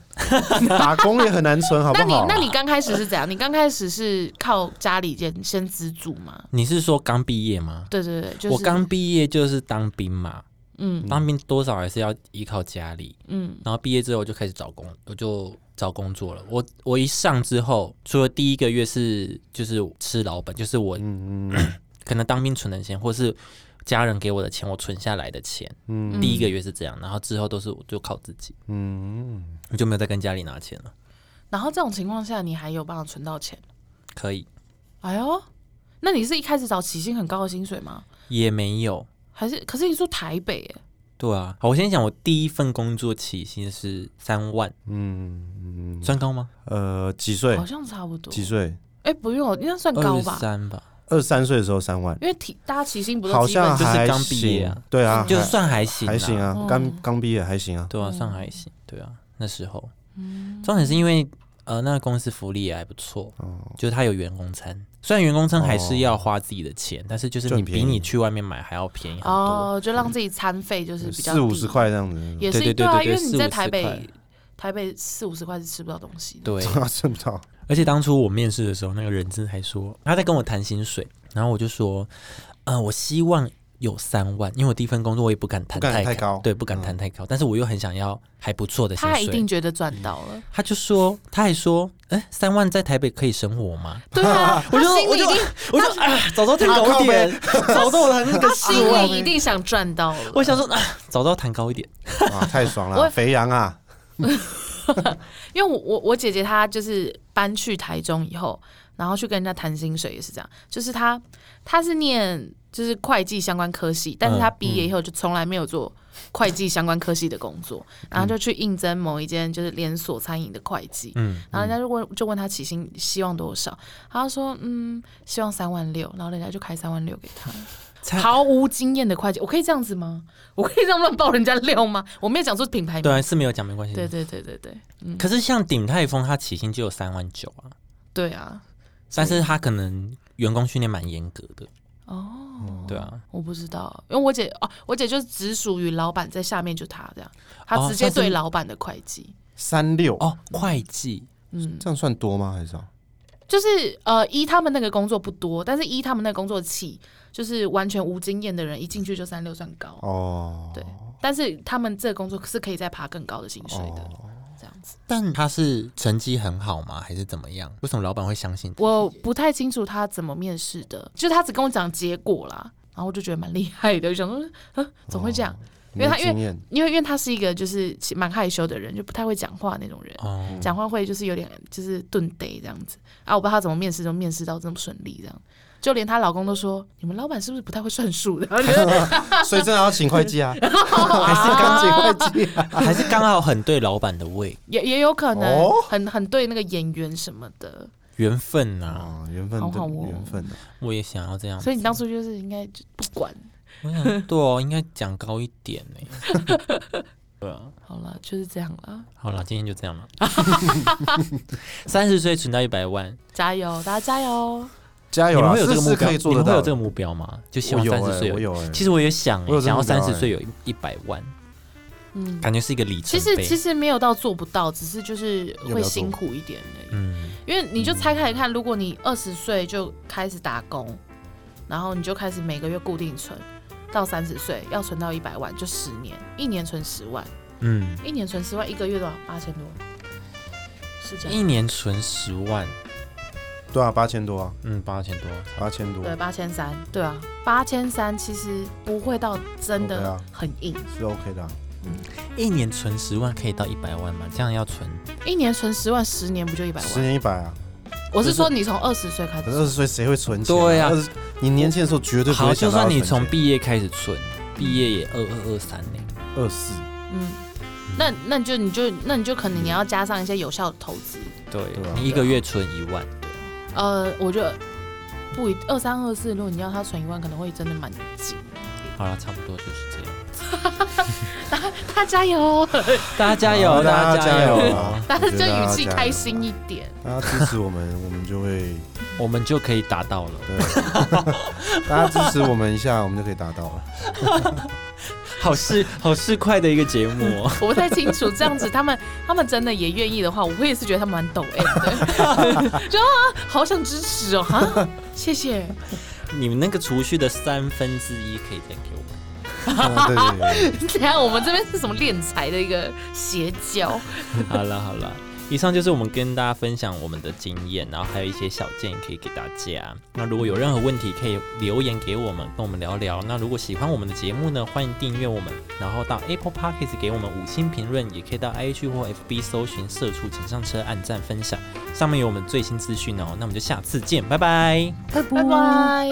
Speaker 3: 打工也很难存，好不
Speaker 1: 那你
Speaker 3: 好？
Speaker 2: 啊
Speaker 1: 那你刚开始是怎样？你刚开始是靠家里先先资助吗？
Speaker 2: 你是说刚毕业吗？
Speaker 1: 对对对，就是
Speaker 2: 我刚毕业就是当兵嘛，
Speaker 1: 嗯
Speaker 2: 当兵多少还是要依靠家里。
Speaker 1: 嗯
Speaker 2: 然后毕业之后我就开始找工，我就找工作了。我我一上之后，除了第一个月是就是吃老本，就是我
Speaker 3: 嗯嗯
Speaker 2: 可能当兵存的钱，或是家人给我的钱，我存下来的钱，
Speaker 3: 嗯
Speaker 1: 嗯
Speaker 2: 第一个月是这样，然后之后都是我就靠自己，
Speaker 3: 嗯，
Speaker 2: 我就没有再跟家里拿钱了。
Speaker 1: 然后这种情况下，你还有办法存到钱？
Speaker 2: 可以，
Speaker 1: 哎呦，那你是一开始找起薪很高的薪水吗？
Speaker 2: 也没有。
Speaker 1: 还是可是你住台北耶？
Speaker 2: 对啊，好，我先讲我第一份工作起薪是三万，
Speaker 3: 嗯嗯
Speaker 2: 算高吗？
Speaker 3: 呃，几岁
Speaker 1: 好？像差不多。
Speaker 3: 几岁？
Speaker 1: 哎、不用，应该算高
Speaker 2: 二
Speaker 1: 吧？
Speaker 2: 三吧，
Speaker 3: 二十三岁的时候三万，
Speaker 1: 因为体大家起薪不都
Speaker 3: 好
Speaker 1: 基本
Speaker 3: 像
Speaker 2: 就是
Speaker 3: 还
Speaker 2: 刚毕业啊
Speaker 3: 行对啊，
Speaker 2: 就是
Speaker 3: 还
Speaker 2: 算还行，
Speaker 3: 还行，啊
Speaker 1: 哦，
Speaker 3: 刚刚毕业还行啊。
Speaker 2: 对
Speaker 1: 嗯
Speaker 2: 啊，算还行，对啊，那时候，重点是因为呃，那个公司福利也还不错，
Speaker 3: 哦，
Speaker 2: 就是他有员工餐，虽然员工餐还是要花自己的钱，但是就是
Speaker 3: 哦就
Speaker 2: 你
Speaker 3: 很
Speaker 2: 比
Speaker 3: 便宜
Speaker 2: 你去外面买还要便宜很多。
Speaker 1: 哦哦，就让自己餐费就是比较
Speaker 3: 四五
Speaker 1: 低
Speaker 3: 十，块这样子， <laughs>
Speaker 1: 也是
Speaker 2: 对对对
Speaker 1: 啊，
Speaker 2: 对对
Speaker 1: 因为你在
Speaker 2: 四五十
Speaker 1: 台
Speaker 2: 块
Speaker 1: 北台北四五十块是吃不到东西的。
Speaker 3: <laughs>
Speaker 2: 对，
Speaker 3: 挣啊不到。
Speaker 2: 而且当初我面试的时候，那个人资还说他在跟我谈薪水，然后我就说，呃，我希望有三万，因为我第一份工作我也不敢谈
Speaker 3: 不敢
Speaker 2: 太
Speaker 3: 太高
Speaker 2: 对，不敢
Speaker 3: 嗯
Speaker 2: 谈太高，但是我又很想要还不错的薪
Speaker 1: 他一
Speaker 2: 水
Speaker 1: 定。觉得赚到
Speaker 2: <laughs>
Speaker 1: 了，
Speaker 2: 他就说，他还说，哎，三万在台北可以生活吗？
Speaker 1: 对啊，
Speaker 2: 我
Speaker 1: 他
Speaker 2: 就
Speaker 1: 心
Speaker 2: 我
Speaker 1: 里一
Speaker 2: 就 <laughs>
Speaker 1: 定，
Speaker 2: 我就啊，早知道谈高一点， <laughs> 早知道谈那个
Speaker 1: 他
Speaker 2: 四
Speaker 1: 心里一
Speaker 2: 万。
Speaker 1: 定想赚到了。
Speaker 2: 我想说啊，早知道谈高一点。
Speaker 3: 啊，太
Speaker 1: <laughs>
Speaker 3: 爽
Speaker 1: 我
Speaker 3: 了，肥羊啊，
Speaker 1: 因为我我我姐姐她就是搬去台中以后，然后去跟人家谈薪水也是这样，就是她她是念就是会计相关科系，但是她毕业以后就从来没有做会计相关科系的工作，
Speaker 2: 嗯
Speaker 1: 然后就去应征某一间就是连锁餐饮的会计，
Speaker 2: 嗯，
Speaker 1: 然后人家就问就问她起薪希望多少，她就说嗯希望三万六，然后人家就开三万六给她。
Speaker 2: 才
Speaker 1: 毫无经验的会计，我可以这样子吗？我可以这样乱报人家料吗？我没有讲出品牌名，
Speaker 2: 对啊，是没有讲没关系。
Speaker 1: 对嗯对对对对
Speaker 2: 可是像鼎泰丰，他起薪就有三万九啊，
Speaker 1: 对啊！
Speaker 2: 但是他可能员工训练蛮严格的，
Speaker 1: 哦，
Speaker 2: 对啊，
Speaker 1: 我不知道，因为我姐哦，我姐就只属于老板，在下面就她这样，她
Speaker 2: 哦
Speaker 1: 直接
Speaker 2: 像是
Speaker 1: 对老板的会计，
Speaker 3: 三六，
Speaker 2: 哦，会计，
Speaker 1: 嗯，
Speaker 3: 这样算多吗？还是少？
Speaker 1: 就是呃，依他们那个工作不多，但是依他们那个工作起，就是完全无经验的人一进去就三六算高，
Speaker 3: 哦，
Speaker 1: 对，但是他们这个工作是可以再爬更高的薪水的，
Speaker 3: 哦，
Speaker 1: 这样子。
Speaker 2: 但他是成绩很好吗？还是怎么样？为什么老板会相信？
Speaker 1: 我不太清楚他怎么面试的，就是他只跟我讲结果啦，然后我就觉得蛮厉害的，我想说，啊，怎么会这样？因为他
Speaker 3: 没哦经验
Speaker 1: 因为因为他是一个就是其蛮害羞的人，就不太会讲话那种人。
Speaker 2: 哦，
Speaker 1: 讲话会就是有点就是顿呆这样子啊，我不知道他怎么面试就面试到这么顺利这样，就连她老公都说你们老板是不是不太会算数的？ <laughs> 然后就
Speaker 3: 所以真的要请
Speaker 1: <laughs>
Speaker 3: 会计啊，还是刚请会计啊？
Speaker 2: 还是刚好很对老板的胃，
Speaker 1: 也也有可能
Speaker 3: 哦
Speaker 1: 很很对那个演员什么的，
Speaker 2: 缘分 <laughs> 啊！
Speaker 3: 哦，缘分
Speaker 1: 好好
Speaker 3: 的
Speaker 1: 哦
Speaker 3: 缘分啊，
Speaker 2: 我也想要这样。
Speaker 1: 所以你当初就是应该就不管
Speaker 2: 我想，对哦，应该讲高一点呢。 <laughs> 对啊，
Speaker 1: 好了，就是这样了，
Speaker 2: 好了，今天就这样了。 <laughs> 三十岁存到一百万，
Speaker 1: 加油，大家加油！
Speaker 3: 加
Speaker 2: 你
Speaker 3: 油
Speaker 2: 们
Speaker 3: 啊！
Speaker 2: 会有这个
Speaker 3: 是
Speaker 2: 目
Speaker 3: 是
Speaker 2: 标？
Speaker 3: 可以做
Speaker 2: 你
Speaker 3: 得
Speaker 2: 们会
Speaker 3: 到
Speaker 2: 有
Speaker 3: 的
Speaker 2: 这个目标吗？就希
Speaker 3: 我
Speaker 2: 望
Speaker 3: 有
Speaker 2: 三十
Speaker 3: 欸
Speaker 2: 岁
Speaker 3: 我有哎，
Speaker 2: 其实我也想欸、
Speaker 3: 我有这
Speaker 2: 想要
Speaker 3: 个目标
Speaker 2: 三
Speaker 3: 欸
Speaker 2: 十岁有一百万，
Speaker 1: 嗯，
Speaker 2: 感觉是一个里程
Speaker 1: 其
Speaker 2: 碑。
Speaker 1: 实其实没有到做不到，只是就是
Speaker 3: 要
Speaker 1: 会
Speaker 3: 不要做
Speaker 1: 辛苦一点而已。
Speaker 2: 嗯，
Speaker 1: 因为你就拆开来看，如果你二十岁就开始打工，然后你就开始每个月固定存，到三十岁要存到一百万，就十年，一年存十万，
Speaker 2: 嗯，
Speaker 1: 一年存十万，一个月多少？八千多，是这
Speaker 2: 一
Speaker 1: 样。
Speaker 2: 年存十万，
Speaker 3: 对啊，八千多啊，
Speaker 2: 嗯，八千多，
Speaker 3: 八千多
Speaker 1: 对，八千三，对啊，八千三其实不会到真
Speaker 3: OK
Speaker 1: 的
Speaker 3: 啊
Speaker 1: 很硬，
Speaker 3: 是 OK 的啊。
Speaker 2: 一年存十万可以到一百万吗？这样要存
Speaker 1: 一年存十万，十年不就一百
Speaker 3: 十
Speaker 1: 万？
Speaker 3: 年一百啊，
Speaker 1: 我是说你从二十岁开始
Speaker 3: 可是
Speaker 1: 存
Speaker 3: 二，十岁谁会存钱？
Speaker 2: 对啊
Speaker 3: 20，你年轻的时候绝对不
Speaker 2: 好，
Speaker 3: 会
Speaker 2: 就
Speaker 3: 想到要
Speaker 2: 算
Speaker 3: 存
Speaker 2: 你
Speaker 3: 钱。
Speaker 2: 从毕业开始存，毕业也二二二三呢。
Speaker 3: 二四，
Speaker 1: 嗯，那那你就你就那你就可能你要加上一些有效的投资，
Speaker 2: 对
Speaker 3: 对啊
Speaker 2: 你一个月存一万，
Speaker 1: 呃，我觉得不一二三二四，如果你要他存一万，可能会真的蛮紧。
Speaker 2: 好了，差不多就是这样。
Speaker 1: 他加油，哦
Speaker 2: 大家加
Speaker 3: 好
Speaker 2: 油，
Speaker 3: 大
Speaker 2: 家
Speaker 3: 家
Speaker 2: 加
Speaker 3: 加油
Speaker 2: 啊
Speaker 3: 啊！
Speaker 1: 但是
Speaker 3: 我觉
Speaker 1: 这
Speaker 3: 得大
Speaker 1: 语
Speaker 3: 家
Speaker 1: 气
Speaker 3: 加油
Speaker 1: 开心一点。
Speaker 3: 大家支持我们，我们就会
Speaker 2: <laughs> 我们就可以达到了。 <laughs>
Speaker 3: 对，大家支持我们一下，我们就可以达到了。 <laughs>
Speaker 2: 好市好市侩的一个节目哦，
Speaker 1: 我不太清楚，这样子他们 <laughs> 他们真的也愿意的话，我也是觉得他们蛮抖 M 的， <laughs> 就啊，好想支持哦，哈，谢谢。
Speaker 2: <laughs> 你们那个储蓄的三分之一可以再给我 <laughs> 们。
Speaker 3: 嗯对对对，
Speaker 1: 等一下我们这边是什么敛财的一个邪教？
Speaker 2: 好了好了。以上就是我们跟大家分享我们的经验，然后还有一些小建议可以给大家。那如果有任何问题，可以留言给我们，跟我们聊聊。那如果喜欢我们的节目呢，欢迎订阅我们，然后到 Apple Podcast 给我们五星评论，也可以到 IG 或 FB 搜寻“社畜请上车”，按赞分享，上面有我们最新资讯哦。那我们就下次见，拜拜。
Speaker 1: 拜拜。